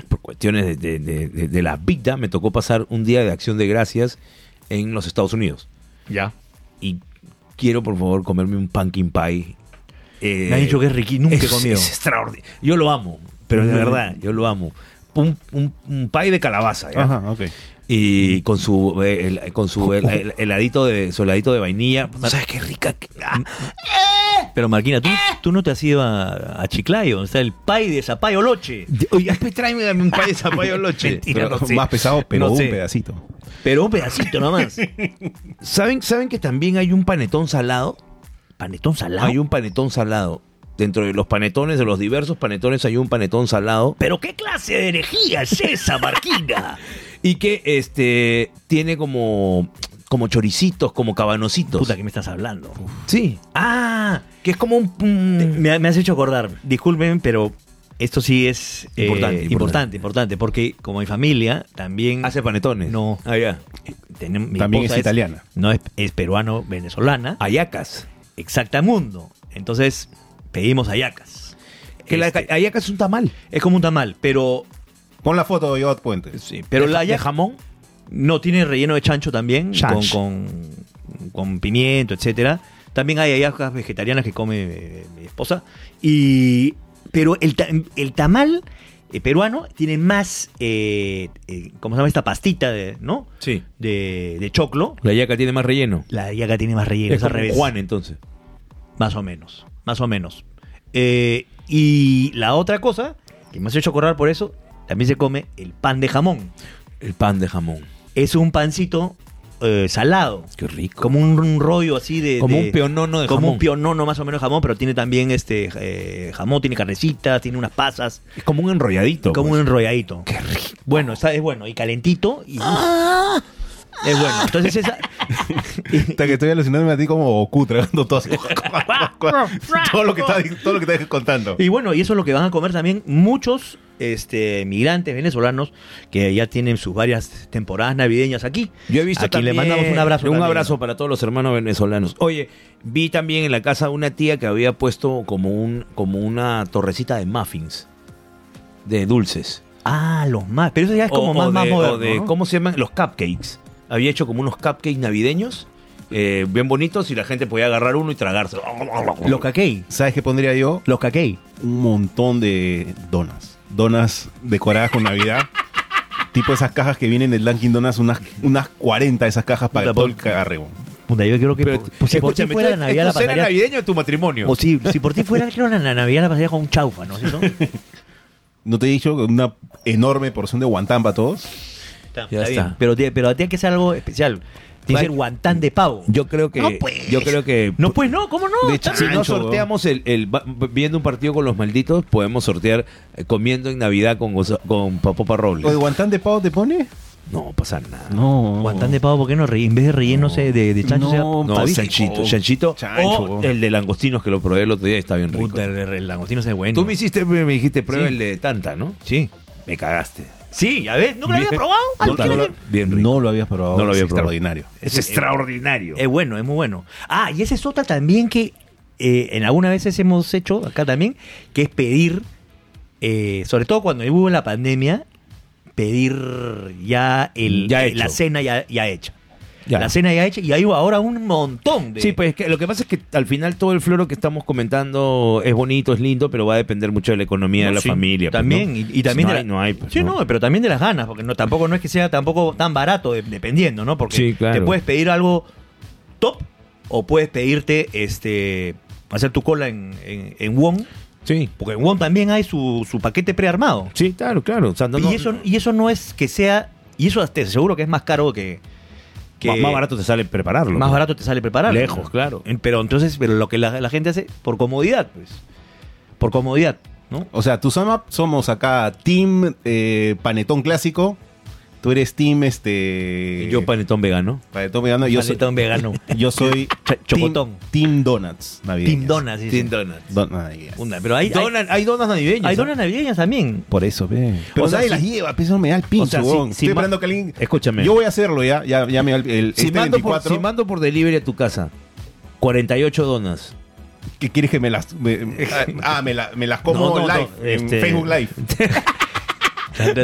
A: por cuestiones de, de- de- de- de la vida, me tocó pasar un día de acción de gracias en los Estados Unidos.
C: Ya.
A: Y quiero, por favor, comerme un pumpkin pie. Eh,
C: Me han dicho que es riquísimo, nunca he
A: es,
C: comido.
A: es extraordinario. Yo lo amo, pero de
B: Ujú.
A: verdad, yo lo amo. Un, un, un pie de calabaza, ¿ya?
B: Ajá, ok.
A: Y con su eh, el- con su el- el- heladito de su heladito de vainilla. Puta, ¿Sabes qué rica? que- ah.
C: Pero Marquina,
A: Eh.
C: ¿tú, tú no te has ido a, a Chiclayo, o sea, el pay de Zapayo Loche.
A: Oye, pues, tráeme dame un pay de zapallo loche.
C: Mentira,
B: Pero
C: no sé.
B: Más pesado, pero
C: No
B: un
C: sé.
B: pedacito.
C: Pero un pedacito nomás.
A: ¿Saben, ¿Saben que también hay un panetón salado?
C: Panetón salado.
A: Hay un panetón salado. Dentro de los panetones, de los diversos panetones, hay un panetón salado.
C: Pero qué clase de herejía es esa, Marquina.
A: Y que este tiene como, como choricitos, como cabanocitos.
C: Puta, ¿qué me estás hablando?
A: Sí.
C: Ah,
A: Que es como un.
C: te-
A: un-
C: me, me has hecho acordar. Disculpen, pero esto sí es eh,
A: Importante,
C: importante, importante, porque como mi familia también
A: hace panetones. Ah,
C: No.
A: Allá.
C: Tenem- mi
B: También
C: esposa
B: es italiana.
C: No es, es peruano venezolana.
A: Ah. Ayacas.
C: Exactamundo. Entonces pedimos ayacas.
A: Que la
C: Este,
A: ayaca es un tamal.
C: es como un tamal, pero
B: Pon la foto, yo Puente.
C: pero
A: De-
C: la
A: de
C: ayaca
A: jamón.
C: no tiene relleno de chancho también
A: Chanch.
C: con con, con pimiento, etcétera. También hay ayacas vegetarianas que come eh, mi esposa y pero el, ta- el tamal eh, peruano tiene más eh, eh, ¿cómo se llama esta pastita de, no?
A: Sí.
C: De, de choclo.
A: La ayaca tiene más relleno.
C: La ayaca tiene más relleno, es al
A: como
C: revés.
A: Juan, entonces.
C: Más o menos, más o menos. Eh, y la otra cosa, que me has hecho acordar por eso, también se come el pan de jamón.
A: El pan de jamón.
C: Es un pancito eh, salado,
A: Qué rico.
C: como un, un rollo así de...
A: Como
C: de-
A: un pionono de
C: como
A: jamón.
C: un pionono más o menos jamón, pero tiene también este eh, jamón, tiene carnecitas, tiene unas pasas,
A: Es como un enrolladito.
C: como
A: pues.
C: un enrolladito.
A: Qué rico. ¡Ah!
C: Bueno, está, es bueno, y calentito, y... Es bueno, entonces esa...
B: Hasta que estoy alucinándome a ti como Goku tragando todo así. todo, lo que estás, todo lo que estás contando.
C: Y bueno, y eso es lo que van a comer también muchos este, migrantes venezolanos que ya tienen sus varias temporadas navideñas aquí.
A: Yo he visto
C: Aquí le mandamos un abrazo.
A: Un
C: también.
A: abrazo para todos los hermanos venezolanos. Oye, vi también en la casa una tía que había puesto como un como una torrecita de muffins de dulces.
C: Ah, los más. Pero eso ya es como
A: O-
C: más,
A: o
C: más
A: de-
C: moderno.
A: o de-
C: ¿no?
A: ¿Cómo se llaman? Los cupcakes. Había hecho como unos cupcakes navideños eh, bien bonitos y la gente podía agarrar uno y tragárselo.
C: Los caquei.
B: ¿Sabes qué pondría yo?
C: Los caquei.
B: Un montón de donas. Donas decoradas con Navidad. tipo esas cajas que vienen del Dunkin' Donuts, unas, unas 40 de esas cajas para
C: Puta,
B: todo
C: pon-
B: el cagarrebo.
C: Puta, yo creo que
A: Pero,
C: por- pues, si por ti
A: escúchame,
C: fuera ¿eh?
A: ¿tú-
C: la Navidad la
A: ¿esto será
C: pasaría.
A: navideño de tu matrimonio?
C: O si, si por ti fuera, creo la Navidad la pasaría con un chaufa, ¿no? ¿Sí, no?
B: ¿No te he dicho una enorme porción de guantán para todos?
A: Ya
C: bien.
A: está.
C: Pero, tie- pero tiene que ser algo especial. Tiene que ser
A: Vale.
C: guantán de pavo.
A: Yo creo que
C: No, pues.
A: yo creo que
C: no, pues no, ¿cómo no?
B: De hecho,
A: Si no
B: Ancho,
A: sorteamos el, el- va- viendo un partido con los malditos, podemos sortear eh, comiendo en Navidad con, gozo- con Papopa
B: ¿O de
A: Robles.
B: guantán de pavo te pone?
A: No pasa nada.
B: No.
C: Guantán de pavo, ¿por qué no? Re- En vez de relleno sé, de, de chancho,
B: No,
C: sea-
A: No,
B: pavito.
A: chanchito, chanchito.
B: Chancho,
A: o
B: weón.
A: el de langostinos que lo probé el otro día y está bien rico.
C: Puta, el, el langostino es bueno.
A: Tú me hiciste, me me dijiste prueba
C: Sí.
A: el de tanta, ¿no?
C: Sí.
A: Me cagaste.
C: Sí, ya ves, ¿nunca lo había
A: Bien.
C: probado? ¿Ah,
B: No,
C: lo quieres
B: lo-
C: ver?
A: Bien rico.
B: no lo habías probado.
A: No lo había
B: es
A: probado.
B: Extraordinario.
A: Es extraordinario.
C: Es bueno, es muy bueno. Ah, y esa es otra también que eh, en algunas veces hemos hecho acá también, que es pedir, eh, sobre todo cuando hubo la pandemia, pedir ya, el,
A: Ya
C: eh,
A: hecho.
C: la cena ya, ya hecha.
A: Ya.
C: La cena ya hecha y hay ahora un montón de...
A: Sí, pues que lo que pasa es que al final todo el floro que estamos comentando es bonito, es lindo, pero va a depender mucho de la economía de
C: No,
A: la
C: sí,
A: familia. pues,
C: También,
A: ¿no?
C: y- y, también
A: Si no
C: de la-
A: hay, no hay. pues,
C: sí,
A: ¿no?
C: no, pero también de las ganas, porque no, tampoco no es que sea tampoco tan barato, de- dependiendo, ¿no? Porque
A: Sí, claro.
C: te puedes pedir algo top o puedes pedirte este hacer tu cola en, en, en Wong,
A: Sí,
C: porque en Wong también hay su, su paquete prearmado.
A: sí, claro, claro. O sea, no- no-
C: y, eso, y eso no es que sea, y eso te seguro que es más caro que... que
A: más, más barato te sale prepararlo.
C: más
A: pues.
C: barato te sale preparar.
A: Lejos, claro.
C: En- Pero entonces, pero lo que la, la gente hace por comodidad, pues. Por comodidad, ¿no?
B: O sea, tú Sama, somos acá Team eh, Panetón Clásico. Tú eres Team este.
A: Y
C: Eh,
A: Yo panetón vegano.
B: Panetón Vegano. Yo soy,
C: Panetón vegano.
B: yo soy
C: Ch- chocotón.
B: Team, team Donuts navideños.
C: Team Donuts, dice.
B: Don- ay, yes.
C: Una, pero hay, hay-
A: Donas- hay donas navideñas.
C: hay
A: ¿ah?
C: donas navideñas también.
B: Por eso, ve. Pero
A: O sea,
B: nadie
A: sí.
B: las lleva, pero eso me da el pincho.
A: O sea, sí,
B: huevón.
A: sí,
B: Estoy
A: ma-
B: esperando que alguien.
A: Escúchame.
B: Yo voy a hacerlo ya. Ya, ya me da el, el-
A: si,
B: este
A: mando por,
B: 24.
A: si mando por delivery a tu casa, 48 donas.
B: ¿Qué quieres que me las. me- ah, me, la- me las
A: No,
B: como
A: no, no,
B: live. en
A: este-
B: Facebook Live.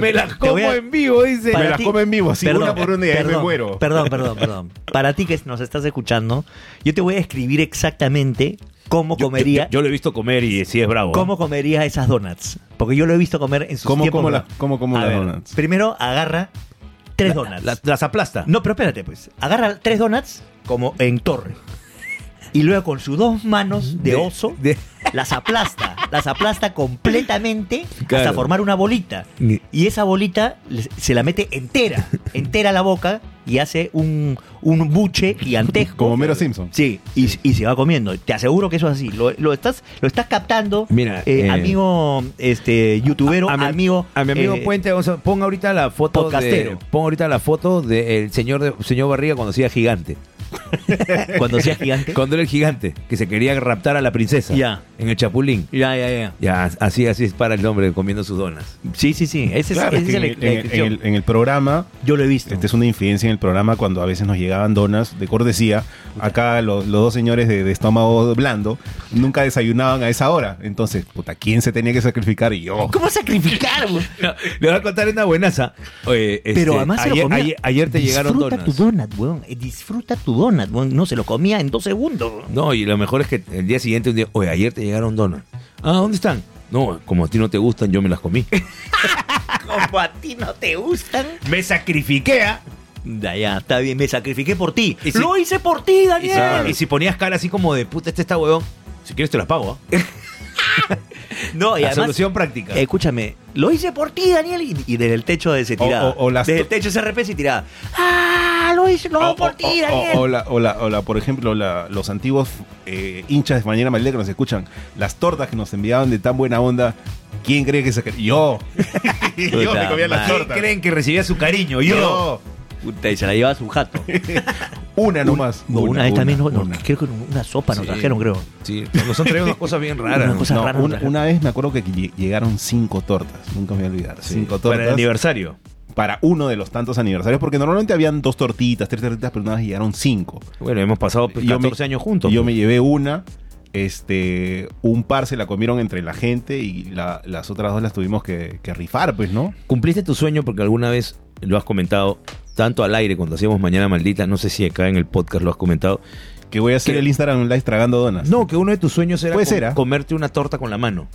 C: Me las
A: como en vivo, dice.
B: Me las como en vivo, así, una por una y ahí me muero.
C: Perdón, perdón, perdón. Para ti que nos estás escuchando, yo te voy a escribir exactamente cómo
A: Yo,
C: comería,
A: yo- yo lo he visto comer y sí es bravo. ¿eh?
C: cómo comería esas donuts. Porque yo lo he visto comer en sus
B: ¿Cómo
C: tiempos.
B: como
C: ¿no?
B: las cómo como
C: A
B: las
C: ver,
B: donuts?
C: Primero agarra tres donuts.
A: Las, las aplasta.
C: No, pero espérate, pues. Agarra tres donuts como en torre. Y luego con sus dos manos de
A: De-
C: oso
A: de-
C: las aplasta. Las aplasta completamente hasta
A: Claro.
C: formar una bolita.
A: Ni-
C: Y esa bolita le- se la mete entera, entera a la boca y hace un, un buche gigantesco.
B: Como Homero Simpson.
C: Sí, y, y se va comiendo. Te aseguro que eso es así. Lo, lo estás, lo estás captando,
A: Mira,
C: eh,
A: eh,
C: amigo este, youtubero,
A: a mi,
C: amigo.
A: a mi amigo
C: eh,
A: Puente, o sea, pon ahorita la foto de,
C: podcastero.
A: pon ahorita la foto del señor de- señor Barriga cuando hacía gigante,
C: Cuando sea gigante.
A: cuando era el gigante que se quería raptar a la princesa
C: Ya.
A: en el Chapulín.
C: Ya, ya, ya.
A: Ya, así así es para el hombre comiendo sus donas.
C: Sí, sí, sí. Ese es-
B: Claro, es
C: ese
B: que
C: es
B: en,
C: el-
B: el,
C: la
B: en el-
C: descripción.
B: en el- en el programa,
C: Yo lo he visto.
A: Este,
B: esta Este, es una infidencia en el programa cuando a veces nos llegaban donas de cortesía. Acá los, los dos señores de, de estómago blando nunca desayunaban a esa hora. Entonces, puta, ¿quién se tenía que sacrificar? Y yo.
C: ¿Cómo sacrificar? güey?
A: No, le voy a contar una buenaza. Oye, este,
C: Pero además se lo
A: ayer,
C: comía.
A: ayer- ayer te llegaron donas.
C: Disfruta tu donut, weón. Eh, Disfruta tu donut, weón. No, se lo comía en dos segundos. weón.
A: No, y lo mejor es que el día siguiente un día, oye, ayer te llegaron donas. Ah, ¿dónde están? No, como a ti no te gustan, yo me las comí.
C: Como a ti no te gustan.
A: me sacrifiqué, ¿ah?
C: Ya, ya, está bien. Me sacrifiqué por ti.
A: Y si-
C: Lo hice por ti,
A: Y
C: Daniel.
A: si, y si ponías cara así como de puta, este está huevón, si quieres te las pago, ¿ah?
C: No, y
A: La
C: además, eh,
A: solución práctica.
C: Escúchame, lo hice por ti, Daniel. Y, y desde el techo se tiraba.
B: o- o las-
C: desde el techo se repete y tiraba. ¡Ah! Lo hice, lo hago
B: O-
C: por
B: o-
C: ti,
B: o-
C: Daniel.
B: o- o la- o la- o la, por ejemplo, la- los antiguos eh, hinchas de Mañana Maldita que nos escuchan, las tortas que nos enviaban de tan buena onda, ¿quién cree que sacri- Yo. yo me
C: Puta
B: comía las
C: madre.
B: tortas.
A: creen que recibía su cariño?
B: Yo.
C: Puta, y se la llevaba a su jato.
B: Una nomás.
C: No, una, vez también, no, no,
B: una.
C: creo que una sopa nos
A: Sí.
C: trajeron, creo.
A: Sí, nos han traído unas cosas bien raras.
C: Una cosa
B: No,
C: rara
B: una,
C: nos
B: una vez me acuerdo que lle- llegaron cinco tortas, nunca me voy a olvidar.
A: Sí, Para
B: Cinco
A: el
B: tortas para,
A: aniversario.
B: uno de los tantos aniversarios, porque normalmente habían dos tortitas, tres tortitas, pero una vez llegaron cinco.
A: Bueno, hemos pasado pues,
B: Yo me-
A: 14 años juntos.
B: Yo me llevé una, este, un par se la comieron entre la gente y la- las otras dos las tuvimos que, que rifar, pues, ¿no?
A: Cumpliste tu sueño porque alguna vez lo has comentado, tanto al aire cuando hacíamos Mañana Maldita, no sé si acá en el podcast lo has comentado.
B: Que voy a hacer
A: ¿Qué?
B: el Instagram live tragando donas.
A: No, que uno de tus sueños era
B: Puede
A: com-
B: ser, ¿ah?
A: comerte una torta con la mano.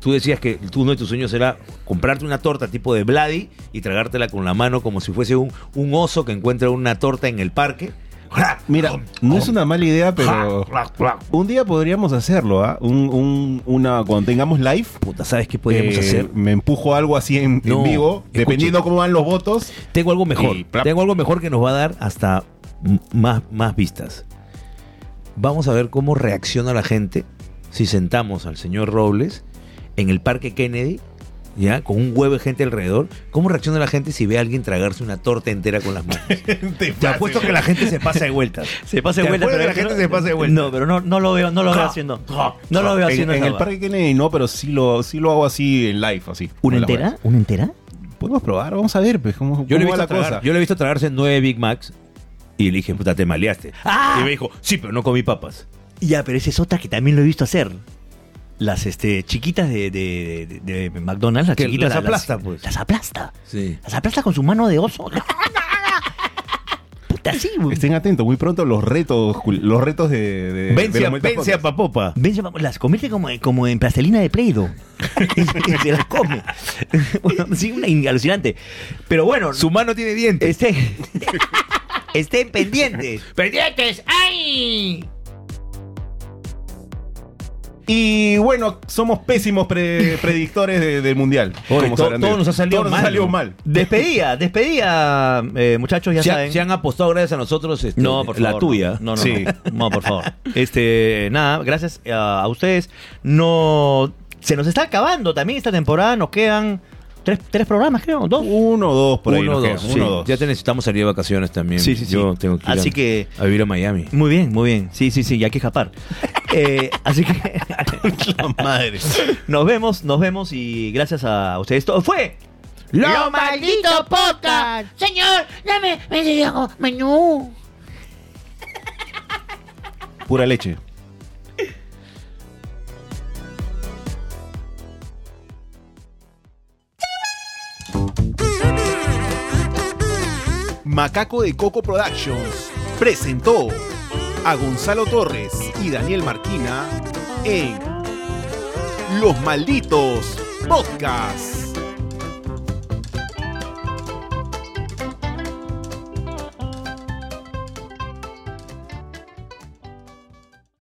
A: Tú decías que tú- uno de tus sueños era comprarte una torta tipo de Vladi y tragártela con la mano como si fuese un, un oso que encuentra una torta en el parque.
B: Mira, no es una mala idea, pero un día podríamos hacerlo, ¿ah? Un- un- una, cuando tengamos live.
A: Puta, ¿sabes qué podríamos
B: eh,
A: hacer?
B: Me empujo algo así en, en
A: No,
B: vivo,
A: escuche.
B: dependiendo cómo van los votos.
A: Tengo algo mejor.
B: Y plap.
A: Tengo algo mejor que nos va a dar hasta m- más, más vistas. Vamos a ver cómo reacciona la gente si sentamos al señor Robles en el Parque Kennedy, ya, con un huevo de gente alrededor. ¿Cómo reacciona la gente si ve a alguien tragarse una torta entera con las manos? Te apuesto que la gente se pasa de vueltas.
C: Se pasa de
A: ¿Te
C: vuelta.
A: acuerdas
C: pero
A: que la
C: creo-
A: gente se pasa de Ah, vuelta?
C: No, pero no, no lo veo, no lo veo haciendo. No lo veo
B: en,
C: haciendo
B: en
C: esa
B: el
C: va.
B: Parque Kennedy no, pero sí lo, sí lo hago así en live, así.
C: ¿Una
B: Con las
C: entera?
B: manos.
C: ¿Una entera?
B: podemos probar, vamos a ver, pues,
A: Yo
B: cómo, cómo
A: le, he
B: va
A: visto
B: la
A: tragar-
B: cosa.
A: yo le he visto tragarse nueve Big Macs y le dije, puta, te maleaste.
C: ¡Ah!
A: Y me dijo, sí, pero no comí papas.
C: Ya, pero esa es otra que también lo he visto hacer. Las este, chiquitas de, de- de- de McDonald's, las
A: Que
C: chiquitas.
A: las aplasta, pues.
C: Las aplasta.
A: Sí.
C: Las aplasta con su mano de oso. Puta, sí, güey.
B: Estén atentos, muy pronto los retos, cul- los retos de... de
A: Vence,
B: de
A: a,
B: los Meta
A: vence a
B: Podcast.
A: Papopa.
C: Ven, se- las convierte como, como en plastilina de Play-Doh. y, se- y se las come. Bueno, sí, una in- alucinante. Pero bueno,
A: Su mano tiene dientes.
C: estén, estén pendientes.
D: ¡Pendientes! ¡Ay!
B: Y bueno, somos pésimos pre- predictores de- del mundial.
A: Oye,
B: Como
A: to-
B: sabrán
A: todo
B: de-
A: nos ha salido
B: todo
A: mal,
B: salió
A: ¿no?
B: mal.
C: Despedida, despedida, eh, muchachos, ya
A: Se, ha-
C: saben.
A: se han apostado gracias a nosotros este,
C: No, por
A: la
C: favor.
A: tuya.
C: No, no, no.
B: Sí.
C: No, por favor. Este, nada, gracias a, a ustedes. No. Se nos está acabando también esta temporada. Nos quedan tres, tres programas, creo, dos.
B: Uno, dos, por ahí.
A: uno,
B: nos
A: dos,
B: queda,
A: sí.
B: uno, dos.
A: Ya te necesitamos salir de vacaciones también.
C: Sí, sí, sí.
A: Yo tengo que ir
C: Así
A: a,
C: que-
A: a vivir a Miami.
C: Muy bien, muy bien. Sí, sí, sí, ya hay que escapar. Eh, así que
B: La madre.
C: nos vemos, nos vemos y gracias a ustedes. Esto fue
D: ¡Lo maldito podcast! Señor, dame ese menú.
B: Pura leche. Macaco de Coco Productions presentó a Gonzalo Torres y Daniel Marquina en Los Malditos Podcasts.